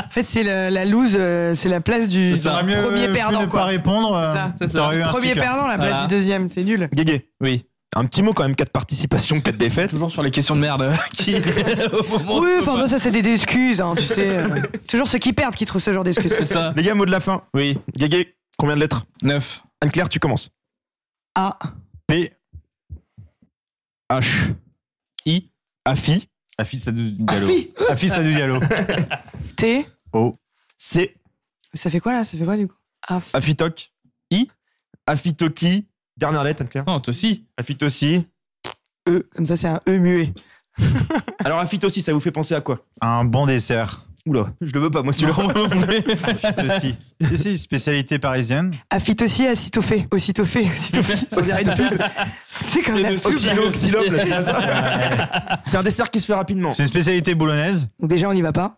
Speaker 3: en fait, c'est la, la lose, euh, c'est la place du
Speaker 5: C'est ça.
Speaker 2: T'aurais mieux
Speaker 3: premier
Speaker 2: pu
Speaker 3: perdant
Speaker 2: ne pas
Speaker 3: quoi.
Speaker 2: répondre. euh,
Speaker 3: C'est ça,
Speaker 5: c'est ça.
Speaker 2: T'aurais eu un
Speaker 3: Premier
Speaker 2: sticker.
Speaker 3: perdant, la place
Speaker 5: Voilà.
Speaker 3: du deuxième, c'est nul.
Speaker 1: Guégué,
Speaker 5: Oui.
Speaker 1: un petit mot quand même, 4 participations, 4 défaites.
Speaker 5: Toujours sur les questions de merde. Qui au moment
Speaker 3: Oui,
Speaker 5: où-
Speaker 3: enfin bon, ça c'est des excuses, hein, tu sais. euh, toujours ceux qui perdent qui trouvent ce genre d'excuses.
Speaker 5: C'est ça.
Speaker 1: Les gars, mot de la fin.
Speaker 5: Oui.
Speaker 1: Guégué, combien de lettres
Speaker 5: 9.
Speaker 1: Anne-Claire, tu commences.
Speaker 3: Ah,
Speaker 2: P.
Speaker 1: H.
Speaker 5: I.
Speaker 1: Afi.
Speaker 2: Affi Sadou Diallo. Affi Sadou Diallo.
Speaker 3: T.
Speaker 1: C.
Speaker 3: Ça fait quoi là Ça fait quoi du coup Ah, f-
Speaker 1: Afitoc. I. Afitoki. Dernière lettre, Anne-Claire.
Speaker 5: Non, toi aussi.
Speaker 1: Afitosi.
Speaker 3: E. Comme ça, c'est un E muet.
Speaker 1: Alors, Afitosi, ça vous fait penser à quoi
Speaker 2: Un bon dessert.
Speaker 1: Oula, je le veux pas, moi, celui-là.
Speaker 2: Affi aussi. si, si, spécialité parisienne.
Speaker 3: Afite aussi, aussitôt fait. Aussitôt fait, aussitôt fait. Ça dirait une pub. C'est comme la pub.
Speaker 1: Oxylo, oxylo, là, c'est ça C'est un dessert qui se fait rapidement.
Speaker 2: C'est une spécialité boulonnaise.
Speaker 3: Donc déjà, on n'y va pas.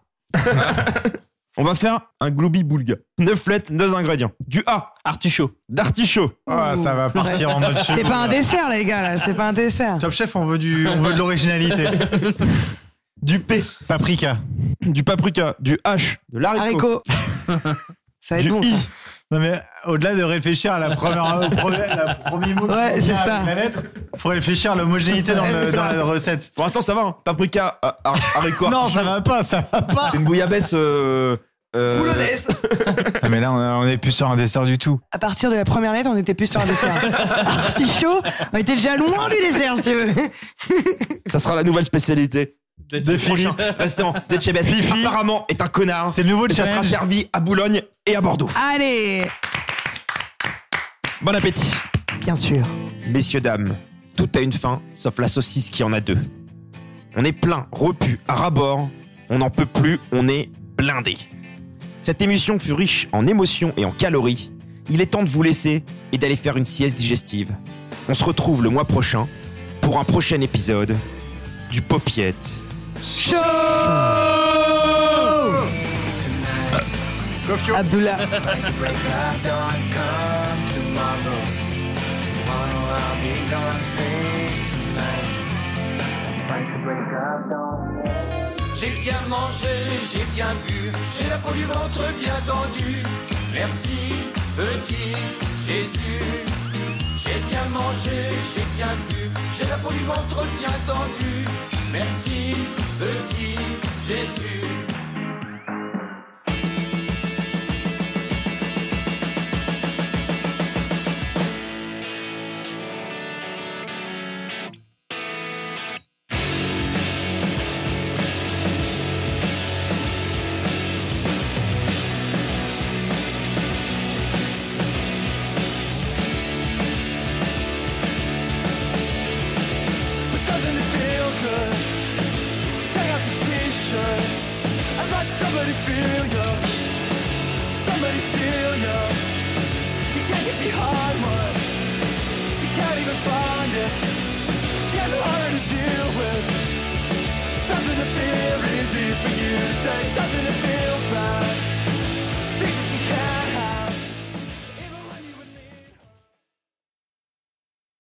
Speaker 1: On va faire un globi boulga. 9 lettres, 2 ingrédients. Du A,
Speaker 5: Artichaut.
Speaker 1: d'artichaut.
Speaker 2: Ah, ça va partir en mode chelou,
Speaker 3: C'est pas un
Speaker 2: là.
Speaker 3: dessert, les gars, là. C'est pas un dessert.
Speaker 2: Top Chef, on veut, du, on veut de l'originalité.
Speaker 1: Du P,
Speaker 2: Paprika.
Speaker 1: du paprika. Du H, de l'haricot.
Speaker 3: Haricot. Ça va être
Speaker 1: Du
Speaker 3: bon.
Speaker 1: I,
Speaker 3: ça.
Speaker 2: Non, mais au-delà de réfléchir à la première, au premier- la premier mot qui
Speaker 3: Ouais,
Speaker 2: vient
Speaker 3: c'est
Speaker 2: avec
Speaker 3: ça.
Speaker 2: la lettre, faut réfléchir à l'homogénéité dans, le-
Speaker 1: C'est
Speaker 2: dans
Speaker 1: ça.
Speaker 2: la recette.
Speaker 1: Pour l'instant, ça va. hein. Paprika, euh, har- haricot.
Speaker 2: Non,
Speaker 1: artichaut.
Speaker 2: ça va pas, ça va pas.
Speaker 1: C'est une bouillabaisse. Euh, euh,
Speaker 2: Ah, mais là, on, on est plus sur un dessert du tout.
Speaker 3: À partir de la première lettre, on était plus sur un dessert. Artichaut, on était déjà loin du dessert, si tu veux.
Speaker 1: ça sera la nouvelle spécialité.
Speaker 5: De
Speaker 1: Prochain restaurant de Chebes, qui
Speaker 2: Fifi.
Speaker 1: apparemment est un connard.
Speaker 2: C'est le nouveau
Speaker 1: Et ça sera
Speaker 2: challenge.
Speaker 1: servi à Boulogne et à Bordeaux.
Speaker 3: Allez,
Speaker 1: Bon appétit.
Speaker 3: bien sûr.
Speaker 1: Messieurs, dames, tout a une fin, sauf la saucisse qui en a deux. On est plein, repu, à rabord, on n'en peut plus, on est blindé. Cette émission fut riche en émotions et en calories. Il est temps de vous laisser et d'aller faire une sieste digestive. On se retrouve le mois prochain pour un prochain épisode du Popiette.
Speaker 3: Abdullah.
Speaker 10: J'ai bien mangé, j'ai bien bu, j'ai la peau du ventre bien tendue. Merci, petit Jésus. J'ai bien mangé, j'ai bien bu, j'ai la peau du ventre bien tendue. Merci, petit Jésus. But doesn't it feel good to take off your t-shirt and let somebody feel you? Somebody steal you. You can't get behind one. You can't even find it. Getting harder to deal with. It's nothing to fear is easy for you.